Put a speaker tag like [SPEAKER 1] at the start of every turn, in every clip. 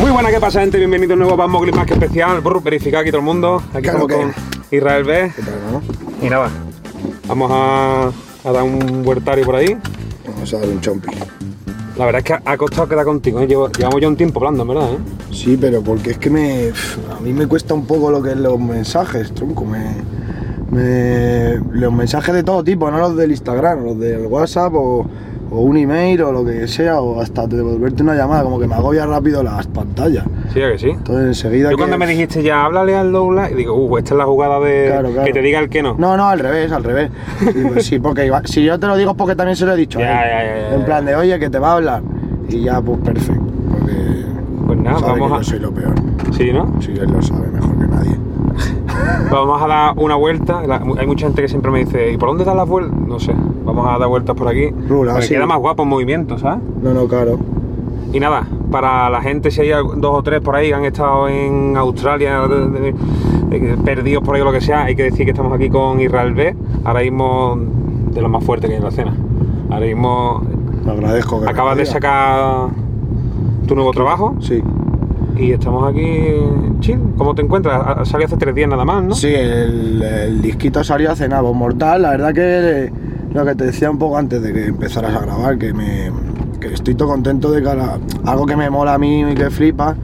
[SPEAKER 1] Muy buena, ¿qué pasa, gente? Bienvenidos nuevo a Bad Mowgli más que especial. Brr, verificad aquí todo el mundo. Aquí
[SPEAKER 2] Claro
[SPEAKER 1] estamos con Israel B.
[SPEAKER 2] ¿Qué tal, hermano?
[SPEAKER 1] Y nada, vamos a, a dar un huertario por ahí.
[SPEAKER 2] Vamos a dar un chompi.
[SPEAKER 1] La verdad es que ha costado quedar contigo, ¿eh? Llevo- llevamos ya un tiempo hablando, en verdad, ¿eh?
[SPEAKER 2] Sí, pero porque es que me. A mí me cuesta un poco lo que es los mensajes, tronco. Me, me- los mensajes de todo tipo, no los del Instagram, los del WhatsApp o, o un email o lo que sea, o hasta devolverte una llamada, como que me agobia rápido las pantallas.
[SPEAKER 1] Sí, ¿a que sí.
[SPEAKER 2] Entonces enseguida.
[SPEAKER 1] Yo
[SPEAKER 2] que-
[SPEAKER 1] cuando me dijiste ya, háblale al Douglas, y digo, uh, esta es la jugada de
[SPEAKER 2] Claro, claro.
[SPEAKER 1] que te diga el que no.
[SPEAKER 2] No, no, al revés, al revés. Sí, pues sí, porque igual- si yo te lo digo es porque también se lo he dicho. a
[SPEAKER 1] Ya,
[SPEAKER 2] él.
[SPEAKER 1] ya, ya, ya,
[SPEAKER 2] En
[SPEAKER 1] ya.
[SPEAKER 2] plan de, oye, que te va a hablar. Y ya, pues perfecto. Porque.
[SPEAKER 1] Pues nada,
[SPEAKER 2] sabe que
[SPEAKER 1] vamos a-
[SPEAKER 2] Yo soy lo peor.
[SPEAKER 1] Sí, ¿no?
[SPEAKER 2] Si él lo sabe mejor que nadie.
[SPEAKER 1] Vamos a dar una vuelta. La- Hay mucha gente que siempre me dice, ¿y por dónde das las vueltas? No sé. Vamos a dar vueltas por aquí.
[SPEAKER 2] Rula,
[SPEAKER 1] Porque
[SPEAKER 2] sí.
[SPEAKER 1] queda más guapo en movimiento, ¿sabes?
[SPEAKER 2] No, no, claro.
[SPEAKER 1] Y nada, para la gente, si hay al- dos o tres por ahí que han estado en Australia, de- de- de- perdidos por ahí o lo que sea, hay que decir que estamos aquí con Israel B, ahora mismo de los más fuertes que hay en la escena. Ahora mismo
[SPEAKER 2] Lo agradezco. que me
[SPEAKER 1] acabas
[SPEAKER 2] lo
[SPEAKER 1] de
[SPEAKER 2] diga.
[SPEAKER 1] sacar tu nuevo trabajo
[SPEAKER 2] Sí.
[SPEAKER 1] y estamos aquí chill. ¿Cómo te encuentras? A- a- Salió hace tres días nada más, ¿no?
[SPEAKER 2] Sí, el, el disquito salió hace nada, pues, mortal. La verdad que eh, lo que te decía un poco antes de que empezaras a grabar, que me que estoy todo contento de que ahora- algo que me mola a mí y que flipa,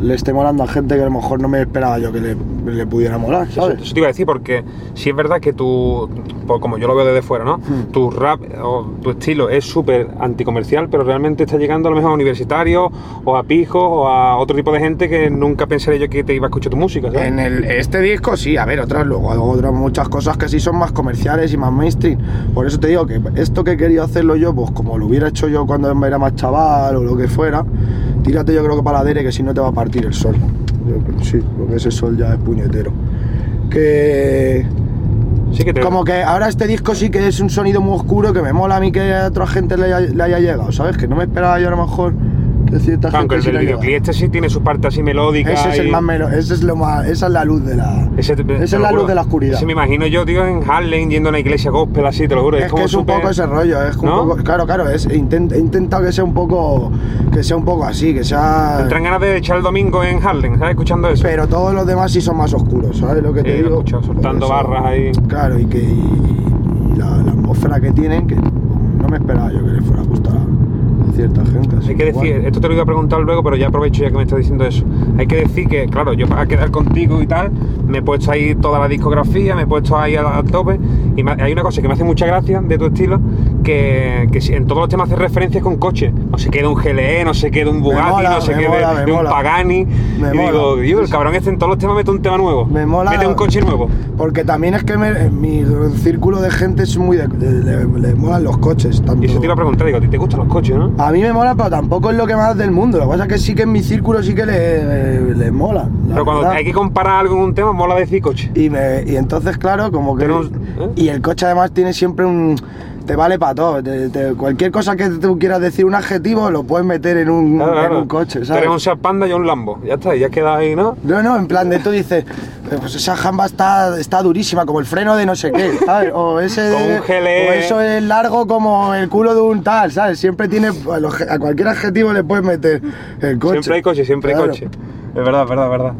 [SPEAKER 2] le esté molando a gente que a lo mejor no me esperaba yo que le, le pudiera molar,
[SPEAKER 1] Eso,
[SPEAKER 2] ¿sabes?
[SPEAKER 1] eso te iba a decir porque si es verdad que tu, por como yo lo veo desde fuera, ¿no?
[SPEAKER 2] Hmm.
[SPEAKER 1] Tu rap o tu estilo es súper anticomercial, pero realmente está llegando a lo mejor a universitarios o a pijos o a otro tipo de gente que nunca pensaría yo que te iba a escuchar tu música, ¿sabes?
[SPEAKER 2] En el, este disco sí, a ver, otras luego, hago otras muchas cosas que sí son más comerciales y más mainstream. Por eso te digo que esto que he querido hacerlo yo, pues como lo hubiera hecho yo cuando era más chaval o lo que fuera, tírate yo creo que para la dere que si no te va a partir el sol. Yo creo que sí, porque ese sol ya es puñetero. Que
[SPEAKER 1] Sí que te-
[SPEAKER 2] como que ahora este disco sí que es un sonido muy oscuro que me mola a mí que a otra gente le haya, le haya llegado, ¿sabes? Que no me esperaba yo a lo mejor que cierta
[SPEAKER 1] aunque
[SPEAKER 2] gente
[SPEAKER 1] el
[SPEAKER 2] sí
[SPEAKER 1] del
[SPEAKER 2] le llegara.
[SPEAKER 1] videoclip este sí tiene su parte así melódica.
[SPEAKER 2] Ese es el
[SPEAKER 1] y-
[SPEAKER 2] más melo, ese es lo más, esa es la luz de la
[SPEAKER 1] Ese te- te
[SPEAKER 2] es
[SPEAKER 1] lo
[SPEAKER 2] la
[SPEAKER 1] juro.
[SPEAKER 2] luz de la oscuridad.
[SPEAKER 1] Ese me imagino yo, tío, en Harlem yendo a una iglesia gospel así, te lo juro.
[SPEAKER 2] Es, que es un
[SPEAKER 1] súper-
[SPEAKER 2] poco ese rollo, es que
[SPEAKER 1] ¿No?
[SPEAKER 2] un poco, claro, claro, es, intent- he intentado que sea un poco, que sea un poco así, que sea,
[SPEAKER 1] Entran ganas de echar el domingo en Harlem, ¿sabes? Escuchando eso.
[SPEAKER 2] pero todos los demás sí son más oscuros, ¿sabes lo que
[SPEAKER 1] Sí,
[SPEAKER 2] te
[SPEAKER 1] lo he
[SPEAKER 2] digo?
[SPEAKER 1] escuchado, soltando
[SPEAKER 2] Eso,
[SPEAKER 1] barras ahí.
[SPEAKER 2] Claro, y que y- y la, la atmósfera que tienen, que no me esperaba yo que les fuera a gustar a, a cierta gente. así
[SPEAKER 1] Hay que decir,
[SPEAKER 2] bueno.
[SPEAKER 1] esto te lo iba a preguntar luego, pero ya aprovecho ya que me estás diciendo eso. Hay que decir que, claro, yo para quedar contigo y tal, me he puesto ahí toda la discografía, me he puesto ahí al, al tope. Y me- hay una cosa que me hace mucha gracia de tu estilo, que, que si- en todos los temas haces referencias con coches. No se queda un GLE, no se queda un Bugatti,
[SPEAKER 2] mola,
[SPEAKER 1] no se
[SPEAKER 2] me
[SPEAKER 1] queda
[SPEAKER 2] mola,
[SPEAKER 1] de,
[SPEAKER 2] me
[SPEAKER 1] de un
[SPEAKER 2] mola.
[SPEAKER 1] Pagani.
[SPEAKER 2] Me
[SPEAKER 1] y
[SPEAKER 2] mola.
[SPEAKER 1] digo, "Dios, el
[SPEAKER 2] Sí, sí.
[SPEAKER 1] cabrón este en todos los temas mete un tema nuevo.
[SPEAKER 2] Me mola-
[SPEAKER 1] Mete un coche nuevo.
[SPEAKER 2] Porque también es que me- mi círculo de gente es muy, de, de- le, le molan los coches, tanto.
[SPEAKER 1] Y eso te iba a preguntar, digo, "¿A ti ¿te gustan los coches, no?
[SPEAKER 2] A mí me mola, pero tampoco es lo que más del mundo. Lo que pasa es que sí que en mi círculo sí que le, le, le mola. la
[SPEAKER 1] Pero cuando
[SPEAKER 2] verdad.
[SPEAKER 1] hay que comparar algo en un tema, mola decir coche.
[SPEAKER 2] y, me- y entonces, claro, como que.
[SPEAKER 1] Pero, ¿eh?
[SPEAKER 2] Y el coche además tiene siempre un. Te vale para todo. te- te- cualquier cosa que tú quieras decir, un adjetivo, lo puedes meter en un,
[SPEAKER 1] Claro,
[SPEAKER 2] en
[SPEAKER 1] claro.
[SPEAKER 2] un coche,
[SPEAKER 1] Tú eres un
[SPEAKER 2] ¿sabes?
[SPEAKER 1] Seat Panda y yo un Lambo. Ya está, ya queda ahí, ¿no?
[SPEAKER 2] No, no, en plan de tú dices, eh, pues esa jamba está, está durísima, como el freno de no sé qué, ¿sabes? O ese.
[SPEAKER 1] Como un GLE.
[SPEAKER 2] O eso es largo como el culo de un tal, ¿sabes? Siempre tiene. A, los- a cualquier adjetivo le puedes meter el coche.
[SPEAKER 1] Siempre hay coche, siempre
[SPEAKER 2] Claro.
[SPEAKER 1] hay coche. Es verdad, es verdad, es verdad.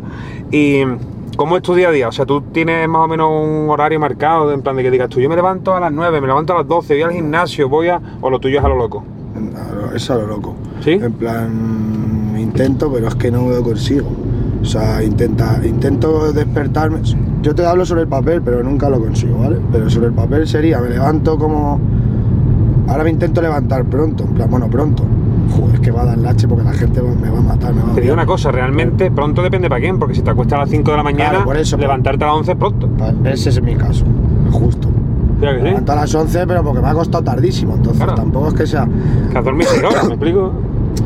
[SPEAKER 1] ¿Y cómo es tu día a día? O sea, tú tienes más o menos un horario marcado, en plan de que digas tú, yo me levanto a las 9, me levanto a las 12, voy al gimnasio, voy a. o lo tuyo es a lo loco.
[SPEAKER 2] A lo- Es a lo loco.
[SPEAKER 1] ¿Sí?
[SPEAKER 2] En plan, intento, pero es que no lo consigo. O sea, intenta, intento despertarme. Yo te hablo sobre el papel, pero nunca lo consigo, ¿vale? Pero sobre el papel sería, me levanto como... Ahora me intento levantar pronto, en plan, bueno, pronto. Joder, es que va a dar lache porque la gente va- me va a matar, me va a
[SPEAKER 1] Te digo
[SPEAKER 2] odiar.
[SPEAKER 1] una cosa, realmente pronto depende para quién, porque si te acuestas a las 5 de la mañana,
[SPEAKER 2] Claro, por eso, por-
[SPEAKER 1] levantarte a las 11 es pronto.
[SPEAKER 2] Pa- Ese es mi caso, justo.
[SPEAKER 1] Mira que
[SPEAKER 2] Me
[SPEAKER 1] sí.
[SPEAKER 2] levanto a las 11, pero porque me ha costado tardísimo, entonces
[SPEAKER 1] Claro.
[SPEAKER 2] tampoco es que sea...
[SPEAKER 1] Que has dormido 6 horas, ¿me explico?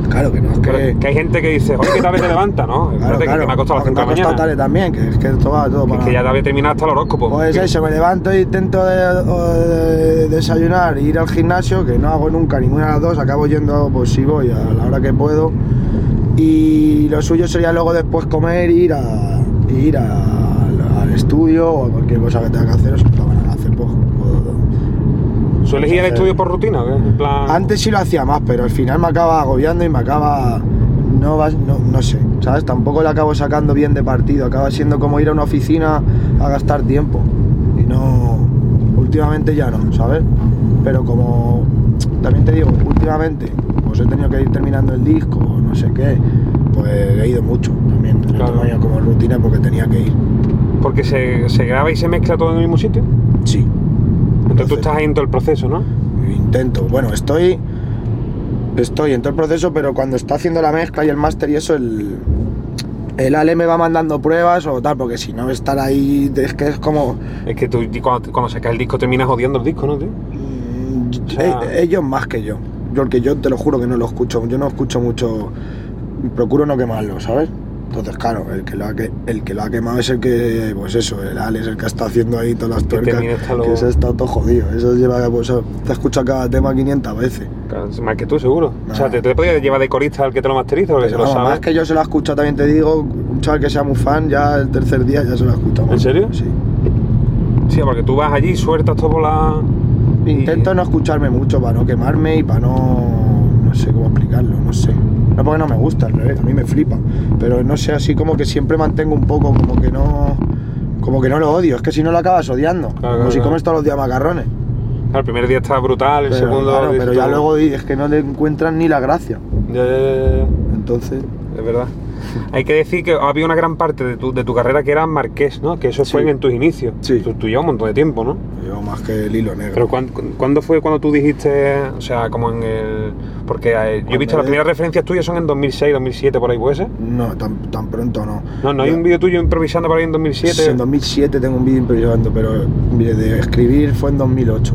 [SPEAKER 2] Claro que no, es
[SPEAKER 1] Pero
[SPEAKER 2] que...
[SPEAKER 1] que hay gente que dice, oye, ¿qué tarde te levanta? No,
[SPEAKER 2] Claro,
[SPEAKER 1] espérate, que
[SPEAKER 2] claro.
[SPEAKER 1] me ha costado a las 5
[SPEAKER 2] porque
[SPEAKER 1] de
[SPEAKER 2] me
[SPEAKER 1] la
[SPEAKER 2] ha costado
[SPEAKER 1] mañana.
[SPEAKER 2] tarde también, que es que esto va todo
[SPEAKER 1] Que
[SPEAKER 2] para...
[SPEAKER 1] es que ya te había terminado hasta el horóscopo.
[SPEAKER 2] Pues eso, me levanto y intento de- o de- desayunar, e ir al gimnasio, que no hago nunca ninguna de las dos, acabo yendo, pues si voy a la hora que puedo. Y lo suyo sería luego después comer, ir a ir a- al- al estudio o a cualquier cosa que tenga que hacer, o si no tengo nada que hacer, pues, pues,
[SPEAKER 1] ¿Sueles ir al estudio por rutina? o qué? En plan...
[SPEAKER 2] Antes sí lo hacía más, pero al final me acaba agobiando y me acaba no vas, no, no sé, ¿sabes? Tampoco le acabo sacando bien de partido, acaba siendo como ir a una oficina a gastar tiempo. Y no, últimamente ya no, ¿sabes? Pero como, también te digo, últimamente, pues he tenido que ir terminando el disco, no sé qué, pues he ido mucho también, en
[SPEAKER 1] Claro.
[SPEAKER 2] estos años como rutina porque tenía que ir.
[SPEAKER 1] Porque se, se graba y se mezcla todo en el mismo sitio.
[SPEAKER 2] Sí,
[SPEAKER 1] Entonces tú
[SPEAKER 2] Perfecto.
[SPEAKER 1] estás ahí en todo el proceso, ¿no?
[SPEAKER 2] intento. Bueno, estoy. Estoy en todo el proceso, pero cuando está haciendo la mezcla y el máster y eso, el. El Ale me va mandando pruebas o tal, porque si no estar ahí es que es como.
[SPEAKER 1] Es que tú y cuando, cuando sacas el disco terminas odiando el disco, ¿no, tío?
[SPEAKER 2] mm,
[SPEAKER 1] sea-
[SPEAKER 2] e- ellos más que yo. Porque yo te lo juro que no lo escucho. Yo no escucho mucho. Procuro no quemarlo, ¿sabes? Entonces, claro, el que lo ha, que, el que lo ha quemado es el que. Pues eso, el Ale es el que está haciendo ahí todas las
[SPEAKER 1] Que
[SPEAKER 2] tuercas.
[SPEAKER 1] termina hasta lo-
[SPEAKER 2] Que se está todo jodido. Eso lleva. Pues, te escucha cada tema 500 veces.
[SPEAKER 1] Claro, Más que tú, seguro. O sea,
[SPEAKER 2] Ah.
[SPEAKER 1] te, te podías llevar de corista al que te lo masteriza, porque se lo
[SPEAKER 2] Vamos,
[SPEAKER 1] sabe.
[SPEAKER 2] más que yo se lo he escuchado, también te digo, un chaval que sea muy fan, ya el tercer día ya se lo he escuchado.
[SPEAKER 1] ¿En serio?
[SPEAKER 2] Sí.
[SPEAKER 1] Sí, porque tú vas allí, sueltas todo por la. y-
[SPEAKER 2] Intento no escucharme mucho para no quemarme y para no... no sé cómo explicarlo, no sé. No porque no me gusta, al revés, a mí me flipa. Pero no sé, así como que siempre mantengo un poco, como que no... Como que no lo odio, es que si no lo acabas odiando. como
[SPEAKER 1] claro,
[SPEAKER 2] si
[SPEAKER 1] claro.
[SPEAKER 2] comes todos los días macarrones.
[SPEAKER 1] Claro, el primer día está brutal, el
[SPEAKER 2] Pero,
[SPEAKER 1] segundo.
[SPEAKER 2] claro,
[SPEAKER 1] dices
[SPEAKER 2] pero ya
[SPEAKER 1] tú,
[SPEAKER 2] luego es que no le encuentran ni la gracia.
[SPEAKER 1] Ya, ya, ya, ya, ya.
[SPEAKER 2] Entonces...
[SPEAKER 1] Es verdad. Hay que decir que había una gran parte de tu, de tu carrera que era marqués, ¿no? Que eso fue
[SPEAKER 2] Sí.
[SPEAKER 1] en tus inicios.
[SPEAKER 2] Sí.
[SPEAKER 1] Tú, tú llevas un montón de tiempo, ¿no?
[SPEAKER 2] Yo más que el hilo negro.
[SPEAKER 1] Pero ¿cuán- cu- ¿cuándo, fue cuando tú dijiste, o sea, como en el... Porque eh, yo he visto
[SPEAKER 2] Cuando
[SPEAKER 1] las
[SPEAKER 2] eres-
[SPEAKER 1] primeras referencias tuyas son en 2006, 2007, por ahí, ¿puede ser?
[SPEAKER 2] No, tan, tan pronto no.
[SPEAKER 1] No, no hay
[SPEAKER 2] Yo-
[SPEAKER 1] un vídeo tuyo improvisando por ahí en 2007.
[SPEAKER 2] Sí, En 2007 tengo un vídeo improvisando, pero mire, de escribir fue en 2008.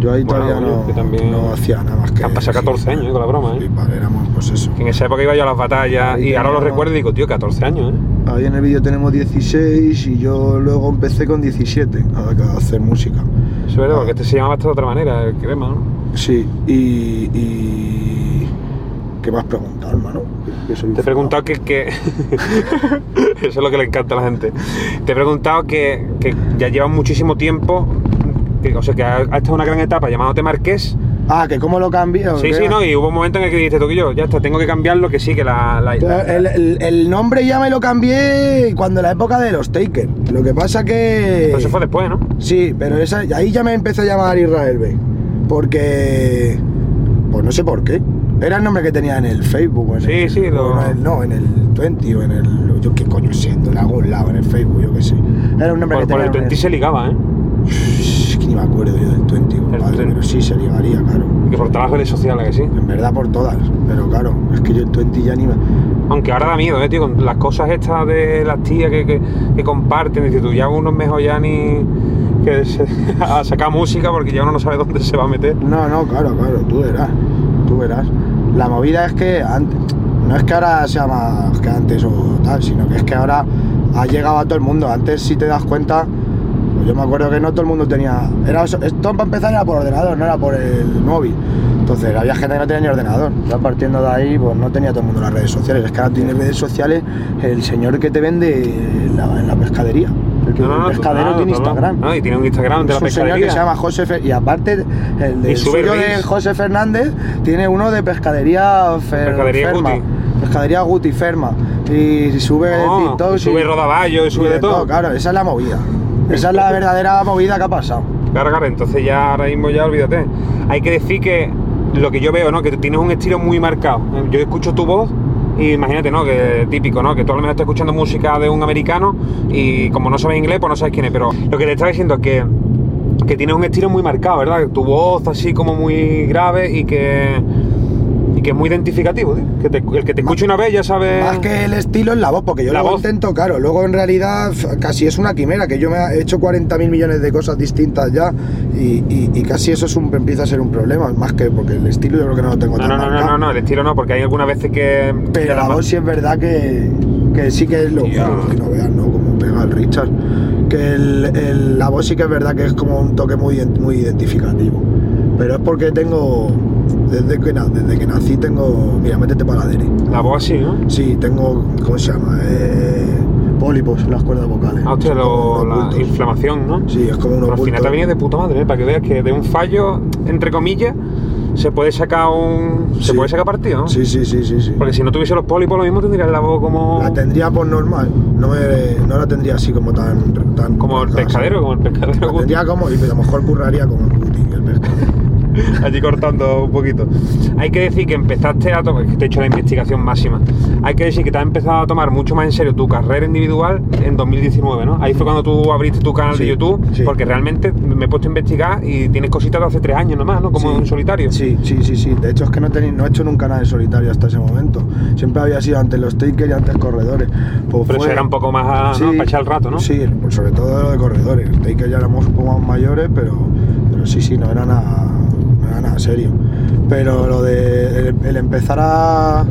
[SPEAKER 2] Yo ahí
[SPEAKER 1] Bueno,
[SPEAKER 2] todavía
[SPEAKER 1] yo
[SPEAKER 2] no,
[SPEAKER 1] que también-
[SPEAKER 2] no hacía nada más que.
[SPEAKER 1] Han pasado 14 años, eh, con la broma, ¿eh?
[SPEAKER 2] Sí, vale, éramos, pues eso.
[SPEAKER 1] Que en esa época iba yo a las batallas
[SPEAKER 2] Ahí
[SPEAKER 1] y ahora lo
[SPEAKER 2] teníamos-
[SPEAKER 1] recuerdo y digo, tío, 14 años, ¿eh?
[SPEAKER 2] Ahí en el vídeo tenemos 16 y yo luego empecé con 17 a a hacer música.
[SPEAKER 1] Eso es verdad,
[SPEAKER 2] Ah.
[SPEAKER 1] porque este se llamaba hasta de otra manera, el crema, ¿no?
[SPEAKER 2] Sí, y. y... ¿Qué me has preguntado, hermano? Que soy un
[SPEAKER 1] Te he
[SPEAKER 2] flipado.
[SPEAKER 1] preguntado que... que- Eso es lo que le encanta a la gente. Te he preguntado que, que ya llevas muchísimo tiempo, que- o sea, que ha, ha estado una gran etapa llamándote Marqués.
[SPEAKER 2] Ah, que cómo lo cambié. o
[SPEAKER 1] Sí,
[SPEAKER 2] qué?
[SPEAKER 1] sí, no, y hubo un momento en el que dijiste tú que yo, ya está, tengo que cambiarlo, que sí, que la... la-
[SPEAKER 2] Pero
[SPEAKER 1] la-
[SPEAKER 2] El, el- el nombre ya me lo cambié cuando la época de los Taker. Lo que pasa que.
[SPEAKER 1] Pero eso fue después, ¿no?
[SPEAKER 2] Sí, pero esa, ahí ya me empecé a llamar Israel Bey. Porque. Pues no sé por qué. Era el nombre que tenía en el Facebook. o En
[SPEAKER 1] Sí,
[SPEAKER 2] el,
[SPEAKER 1] sí, lo-
[SPEAKER 2] o en el- no, en el 20 o en el. Yo qué coño siento, en algún lado, en el Facebook, yo qué sé. Era un nombre
[SPEAKER 1] Por,
[SPEAKER 2] que
[SPEAKER 1] por
[SPEAKER 2] tenía.
[SPEAKER 1] el
[SPEAKER 2] en
[SPEAKER 1] 20 se ligaba, ¿eh?
[SPEAKER 2] Es que ni me acuerdo yo del 20, compadre,
[SPEAKER 1] 20.
[SPEAKER 2] pero sí se ligaría, claro.
[SPEAKER 1] Que por todas las redes sociales, que sí.
[SPEAKER 2] En verdad por todas, pero claro, es que yo el 20 ya ni me.
[SPEAKER 1] Aunque ahora da miedo, ¿eh, tío? Con las cosas estas de las tías que, que, que comparten, dices tú, ya uno es mejor ya ni que se- a sacar música porque ya uno no sabe dónde se va a meter.
[SPEAKER 2] No, no, claro, claro, tú verás, tú verás. La movida es que antes, no es que ahora sea más que antes o tal, sino que es que ahora ha llegado a todo el mundo. Antes, si te das cuenta, pues yo me acuerdo que no todo el mundo tenía. Era, eso- esto para empezar era por ordenador, no era por el móvil. Entonces, había gente que no tenía ni ordenador. Ya partiendo de ahí, pues no tenía todo el mundo las redes sociales. Es que ahora tiene redes sociales el señor que te vende en la, en la pescadería. El, que- el pescadero
[SPEAKER 1] total,
[SPEAKER 2] tiene
[SPEAKER 1] total.
[SPEAKER 2] Instagram.
[SPEAKER 1] No, y tiene un Instagram de
[SPEAKER 2] Es
[SPEAKER 1] la
[SPEAKER 2] un señor que
[SPEAKER 1] pescadería.
[SPEAKER 2] se llama José Fer- y aparte el
[SPEAKER 1] Y
[SPEAKER 2] de
[SPEAKER 1] sube
[SPEAKER 2] suyo de
[SPEAKER 1] reels.
[SPEAKER 2] José Fernández tiene uno de pescadería Fer-
[SPEAKER 1] Pescadería
[SPEAKER 2] Ferma.
[SPEAKER 1] Guti.
[SPEAKER 2] Pescadería Guti Ferma y sube
[SPEAKER 1] No,
[SPEAKER 2] TikTok
[SPEAKER 1] y sube rodaballo y sube de todo.
[SPEAKER 2] Claro, esa es la movida. Esa es la verdadera movida que ha pasado.
[SPEAKER 1] Claro, claro, entonces ya ahora mismo ya olvídate. Hay que decir que lo que yo veo, ¿no? Que tú tienes un estilo muy marcado. Eh, Yo escucho tu voz y imagínate, ¿no? Que típico, ¿no? Que tú a lo mejor estás escuchando música de un americano y como no sabes inglés, pues no sabes quién es. Pero lo que te estaba diciendo es que, que tienes un estilo muy marcado, ¿verdad? Tu voz así como muy grave y que, y que es muy identificativo, tío. Que te- el que te escuche una vez ya sabe...
[SPEAKER 2] Más que el estilo es la voz, porque yo
[SPEAKER 1] Eh. La
[SPEAKER 2] luego
[SPEAKER 1] voz.
[SPEAKER 2] intento, claro, luego en realidad f- casi es una quimera, que yo me he hecho 40 mil millones de cosas distintas ya y, y- y casi eso es un, empieza a ser un problema, más que porque el estilo yo creo que no lo tengo
[SPEAKER 1] No,
[SPEAKER 2] tan
[SPEAKER 1] no, no, no,
[SPEAKER 2] marcado.
[SPEAKER 1] no, no, el estilo no, porque hay algunas veces que... que
[SPEAKER 2] Pero
[SPEAKER 1] la
[SPEAKER 2] la
[SPEAKER 1] ma-
[SPEAKER 2] voz sí es verdad que, que sí que es lo
[SPEAKER 1] Ya.
[SPEAKER 2] Uf, que no veas, ¿no? Como pega el Richard. Que el, el- la voz sí que es verdad que es como un toque muy, ident- muy identificativo. Pero es porque tengo. Desde que, na- desde que nací tengo. Mira, métete para la dere.
[SPEAKER 1] La voz así, ¿no?
[SPEAKER 2] Sí, tengo. ¿Cómo se llama? Eh, pólipos en las cuerdas vocales.
[SPEAKER 1] Ah, hostia,
[SPEAKER 2] Son como
[SPEAKER 1] lo-
[SPEAKER 2] unos
[SPEAKER 1] la
[SPEAKER 2] bultos.
[SPEAKER 1] inflamación, ¿no?
[SPEAKER 2] Sí, es como unos
[SPEAKER 1] Pero al final
[SPEAKER 2] bultos.
[SPEAKER 1] te ha venido de puta madre, ¿eh? para que veas que de un fallo, entre comillas, se puede sacar un. Se
[SPEAKER 2] Sí.
[SPEAKER 1] puede sacar partido, ¿no?
[SPEAKER 2] Sí, sí, sí, sí. sí.
[SPEAKER 1] Porque si no tuviese los pólipos, lo mismo tendrías la voz como.
[SPEAKER 2] La tendría por normal, no, me- no la tendría así como tan. tan
[SPEAKER 1] como el
[SPEAKER 2] marcada,
[SPEAKER 1] pescadero, como el pescadero.
[SPEAKER 2] La tendría como, y a lo mejor curraría como el puti, el pescadero.
[SPEAKER 1] allí cortando un poquito. Hay que decir que empezaste a tomar, que te he hecho la investigación máxima, hay que decir que te has empezado a tomar mucho más en serio tu carrera individual en 2019, ¿no? Ahí fue cuando tú abriste tu canal de
[SPEAKER 2] Sí,
[SPEAKER 1] YouTube,
[SPEAKER 2] sí.
[SPEAKER 1] porque realmente me he puesto a investigar y tienes cositas de hace tres años nomás, ¿no? Como
[SPEAKER 2] Sí.
[SPEAKER 1] en solitario.
[SPEAKER 2] Sí, sí, sí, sí. De hecho es que no, he teni- no he hecho nunca nada en solitario hasta ese momento. Siempre había sido antes los takers y antes corredores.
[SPEAKER 1] Pero
[SPEAKER 2] Pues fue-
[SPEAKER 1] eso era un poco más a- ¿no? para echar el rato, ¿no?
[SPEAKER 2] Sí, pues sobre todo lo de corredores. El Taker ya éramos un poco más mayores, pero, pero sí, sí, no era nada, no era nada serio. Pero lo de el, el empezar a,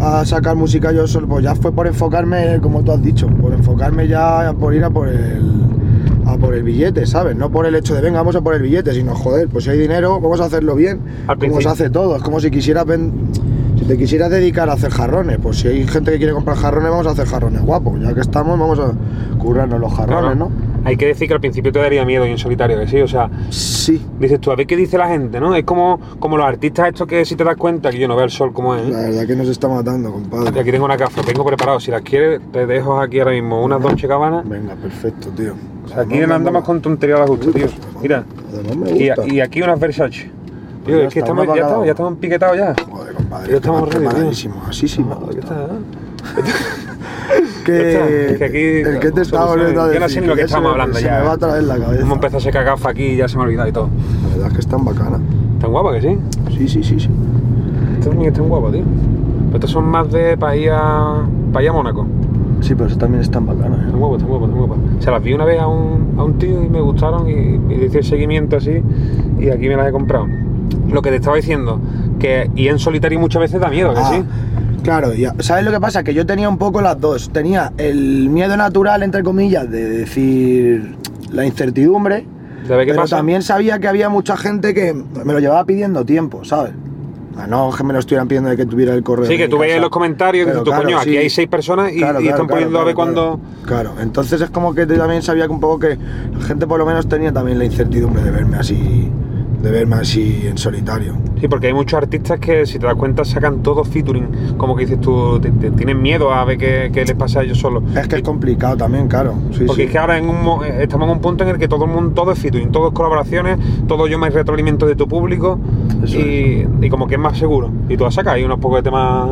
[SPEAKER 2] a sacar música yo solo, pues ya fue por enfocarme, como tú has dicho, por enfocarme ya por ir a por el a por el billete, ¿sabes? No por el hecho de venga, vamos a por el billete, sino joder, pues si hay dinero, vamos a hacerlo bien,
[SPEAKER 1] Al
[SPEAKER 2] como se
[SPEAKER 1] principio.
[SPEAKER 2] hace todo. Es como si quisieras ven- si te quisieras dedicar a hacer jarrones, pues si hay gente que quiere comprar jarrones, vamos a hacer jarrones guapos. Ya que estamos, vamos a currarnos los
[SPEAKER 1] Claro.
[SPEAKER 2] jarrones, ¿no?
[SPEAKER 1] Hay que decir que al principio te daría miedo y en solitario, que sí, o sea,
[SPEAKER 2] Sí.
[SPEAKER 1] dices tú, a ver qué dice la gente, ¿no? Es como, como los artistas estos que si te das cuenta que yo no veo el sol como es. ¿eh?
[SPEAKER 2] La verdad que nos está matando,
[SPEAKER 1] Y
[SPEAKER 2] compadre.
[SPEAKER 1] aquí tengo una gafas, tengo preparado. Si las quieres, te dejo aquí ahora mismo unas Dolce Gabbana.
[SPEAKER 2] Venga, perfecto, tío.
[SPEAKER 1] O sea, aquí no andamos con tontería a la justa, tío. Mira.
[SPEAKER 2] Además me
[SPEAKER 1] Y,
[SPEAKER 2] gusta.
[SPEAKER 1] y aquí unas Versace. Tío,
[SPEAKER 2] Ya
[SPEAKER 1] es que
[SPEAKER 2] está,
[SPEAKER 1] estamos,
[SPEAKER 2] una
[SPEAKER 1] ya estamos,
[SPEAKER 2] para cada
[SPEAKER 1] ya
[SPEAKER 2] uno.
[SPEAKER 1] estamos piquetados ya.
[SPEAKER 2] Joder, compadre.
[SPEAKER 1] Ya estamos ready, tío.
[SPEAKER 2] preparadísimos, así sí. me
[SPEAKER 1] No, ya
[SPEAKER 2] gusta.
[SPEAKER 1] está, ¿eh? Ya
[SPEAKER 2] Ah, que,
[SPEAKER 1] está, es que aquí-
[SPEAKER 2] el que te está
[SPEAKER 1] soluciones.
[SPEAKER 2] volviendo a
[SPEAKER 1] Yo
[SPEAKER 2] decir.
[SPEAKER 1] no sé ni lo que
[SPEAKER 2] ya se
[SPEAKER 1] estamos
[SPEAKER 2] me-
[SPEAKER 1] hablando
[SPEAKER 2] se
[SPEAKER 1] ya,
[SPEAKER 2] me
[SPEAKER 1] eh.
[SPEAKER 2] va a traer la cabeza.
[SPEAKER 1] Hemos empezado a sacar gafas aquí y ya se me ha olvidado y todo.
[SPEAKER 2] La verdad es que están bacanas.
[SPEAKER 1] Tan guapa que sí.
[SPEAKER 2] Sí, sí, sí, sí.
[SPEAKER 1] Estas también están guapas, tío. Pero estas son más de para ir a, para ir a Mónaco.
[SPEAKER 2] Sí, pero eso también están bacanas.
[SPEAKER 1] Están guapas, están guapas, están guapas. O sea, las vi una vez a un, a un tío y me gustaron y, y le hice el seguimiento así y aquí me las he comprado. Lo que te estaba diciendo, que ir en solitario muchas veces da miedo, que
[SPEAKER 2] Ah,
[SPEAKER 1] sí.
[SPEAKER 2] Claro, ya. ¿sabes lo que pasa? Que yo tenía un poco las dos. Tenía el miedo natural, entre comillas, de decir la incertidumbre,
[SPEAKER 1] De ver qué
[SPEAKER 2] pero
[SPEAKER 1] pasa.
[SPEAKER 2] también sabía que había mucha gente que me lo llevaba pidiendo tiempo, ¿sabes? Ah, No que me lo estuvieran pidiendo de que tuviera el correo.
[SPEAKER 1] Sí,
[SPEAKER 2] en
[SPEAKER 1] que
[SPEAKER 2] mi
[SPEAKER 1] tú veías
[SPEAKER 2] casa.
[SPEAKER 1] los comentarios, que
[SPEAKER 2] Pero
[SPEAKER 1] dices tú,
[SPEAKER 2] claro,
[SPEAKER 1] coño, aquí
[SPEAKER 2] sí.
[SPEAKER 1] hay seis personas y,
[SPEAKER 2] Claro,
[SPEAKER 1] y
[SPEAKER 2] claro,
[SPEAKER 1] están
[SPEAKER 2] claro,
[SPEAKER 1] poniendo a ver
[SPEAKER 2] claro,
[SPEAKER 1] cuándo.
[SPEAKER 2] Claro, Claro, entonces es como que también sabía que un poco que la gente por lo menos tenía también la incertidumbre de verme así, de verme así en solitario.
[SPEAKER 1] Sí, porque hay muchos artistas que, si te das cuenta, sacan todo featuring. Como que dices tú, te, te- tienen miedo a ver qué, qué les pasa a ellos solos.
[SPEAKER 2] Es que es complicado también, claro. Sí,
[SPEAKER 1] Porque
[SPEAKER 2] sí.
[SPEAKER 1] es que ahora en un mo- eh, estamos en un punto en el que todo el mundo, todo es featuring, todo es colaboraciones, todo yo me retroalimento de tu público
[SPEAKER 2] Eso
[SPEAKER 1] y, y como que es más seguro. Y tú vas a sacar ahí unos pocos de temas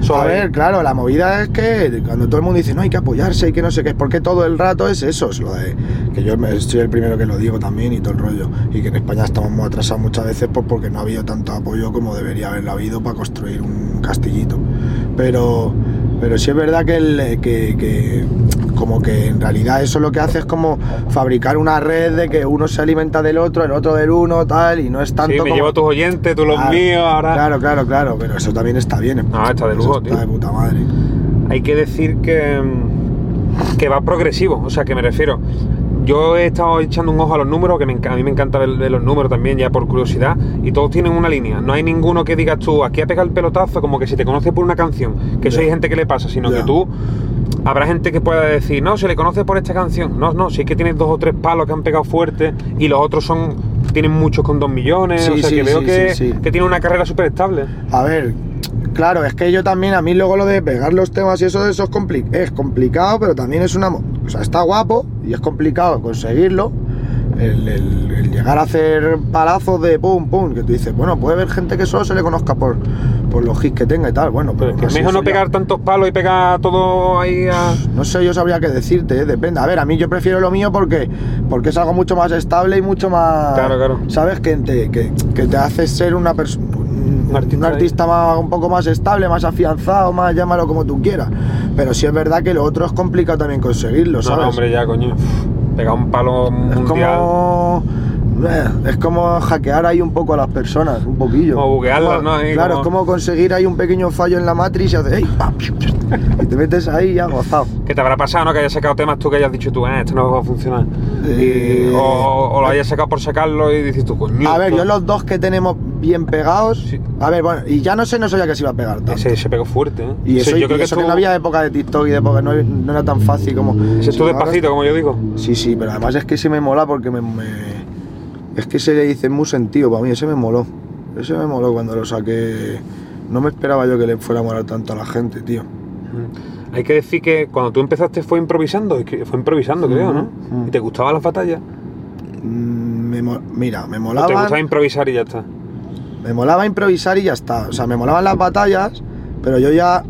[SPEAKER 1] solo
[SPEAKER 2] A
[SPEAKER 1] ahí.
[SPEAKER 2] ver, claro, la movida es que cuando todo el mundo dice no hay que apoyarse y que no sé qué, es porque todo el rato es eso, es lo de que yo me- soy el primero que lo digo también y todo el rollo. Y que en España estamos muy atrasados muchas veces pues, porque no ha habido tanto apoyo como debería haberlo habido para construir un castillito. Pero, pero sí es verdad que, el- que- que como que en realidad eso lo que hace es como fabricar una red de que uno se alimenta del otro, el otro del uno, tal, y no es tanto
[SPEAKER 1] sí, me
[SPEAKER 2] como...
[SPEAKER 1] llevo a tus oyentes, tú los
[SPEAKER 2] Claro,
[SPEAKER 1] míos, ahora...
[SPEAKER 2] Claro, claro, claro, pero eso también está bien.
[SPEAKER 1] No, está de
[SPEAKER 2] Eso
[SPEAKER 1] lujo, tío.
[SPEAKER 2] Está de puta madre.
[SPEAKER 1] hay que decir que, mm, que va progresivo, o sea, que me refiero. Yo he estado echando un ojo a los números, que me enca- a mí me encanta ver, ver los números también, ya por curiosidad, y todos tienen una línea. No hay ninguno que digas tú, aquí a pegar el pelotazo, como que si te conoce por una canción, que eso
[SPEAKER 2] Ya.
[SPEAKER 1] hay gente que le pasa, sino
[SPEAKER 2] Ya.
[SPEAKER 1] que tú. Habrá gente que pueda decir, no, se le conoce por esta canción. No, no, si es que tienes dos o tres palos que han pegado fuerte y los otros son tienen muchos con dos millones.
[SPEAKER 2] Sí,
[SPEAKER 1] o sea,
[SPEAKER 2] sí,
[SPEAKER 1] que veo
[SPEAKER 2] sí,
[SPEAKER 1] que,
[SPEAKER 2] sí, sí.
[SPEAKER 1] que tiene una carrera súper estable.
[SPEAKER 2] A ver, claro, es que yo también, a mí luego lo de pegar los temas y eso, eso es, compli- es complicado, pero también es una... mo- O sea, está guapo y es complicado conseguirlo. El, el- el llegar a hacer palazos de pum, pum, que tú dices, bueno, puede haber gente que solo se le conozca por, por los hits que tenga y tal, bueno,
[SPEAKER 1] Pero es que
[SPEAKER 2] pero... aún
[SPEAKER 1] es
[SPEAKER 2] Pues así
[SPEAKER 1] mejor no
[SPEAKER 2] eso ya-
[SPEAKER 1] pegar tantos palos y pegar todo ahí a.
[SPEAKER 2] No sé, yo sabría qué decirte, ¿eh? depende. A ver, a mí yo prefiero lo mío porque, porque es algo mucho más estable y mucho más.
[SPEAKER 1] Claro, claro.
[SPEAKER 2] ¿Sabes? Que te, que, que te hace ser una persona. Un
[SPEAKER 1] artista
[SPEAKER 2] artista, más, un poco más estable, más afianzado, más llámalo como tú quieras. Pero sí es verdad que lo otro es complicado también conseguirlo,
[SPEAKER 1] No,
[SPEAKER 2] ¿sabes?
[SPEAKER 1] no, hombre, ya, coño. Pegar un palo
[SPEAKER 2] es
[SPEAKER 1] mundial.
[SPEAKER 2] como. eh, Es como hackear ahí un poco a las personas, un poquillo.
[SPEAKER 1] Como buguearlas,
[SPEAKER 2] Como-
[SPEAKER 1] ¿no? Ahí
[SPEAKER 2] claro,
[SPEAKER 1] como-
[SPEAKER 2] es como conseguir ahí un pequeño fallo en la matriz y haces, ¡ey! pa, piu, piu, Y te metes ahí y ya gozado.
[SPEAKER 1] Que te habrá pasado, ¿no? Que hayas sacado temas tú que hayas dicho tú, eh, esto no va a funcionar.
[SPEAKER 2] Eh,
[SPEAKER 1] Y- o, o lo hayas sacado por sacarlo y dices tú, coño.
[SPEAKER 2] A ver,
[SPEAKER 1] esto-
[SPEAKER 2] yo los dos que tenemos bien pegados.
[SPEAKER 1] Sí.
[SPEAKER 2] A ver, bueno, y ya no sé, no sabía que se iba a pegar tanto.
[SPEAKER 1] Ese se pegó fuerte, ¿eh?
[SPEAKER 2] Y
[SPEAKER 1] Ese
[SPEAKER 2] eso,
[SPEAKER 1] yo creo
[SPEAKER 2] y
[SPEAKER 1] que
[SPEAKER 2] eso
[SPEAKER 1] tú-
[SPEAKER 2] que no había época de TikTok y de época, no, no era tan fácil como.
[SPEAKER 1] Ese es tú
[SPEAKER 2] Ahora-
[SPEAKER 1] despacito, como yo digo.
[SPEAKER 2] Sí, sí, pero además es que ese me mola porque me. me- es que se le dice muy sentido para mí, ese me moló. Ese me moló cuando lo saqué. No me esperaba yo que le fuera a molar tanto a la gente, tío.
[SPEAKER 1] Mm. Hay que decir que cuando tú empezaste fue improvisando, es que fue improvisando, creo, ¿no?
[SPEAKER 2] Ujú, ujú.
[SPEAKER 1] ¿Y te gustaban las batallas?
[SPEAKER 2] Mm, me mo- mira, me
[SPEAKER 1] ¿O te
[SPEAKER 2] molaba.
[SPEAKER 1] gustaba improvisar y ya está?
[SPEAKER 2] Me molaba improvisar y ya está. O sea, me molaban las batallas, pero yo ya.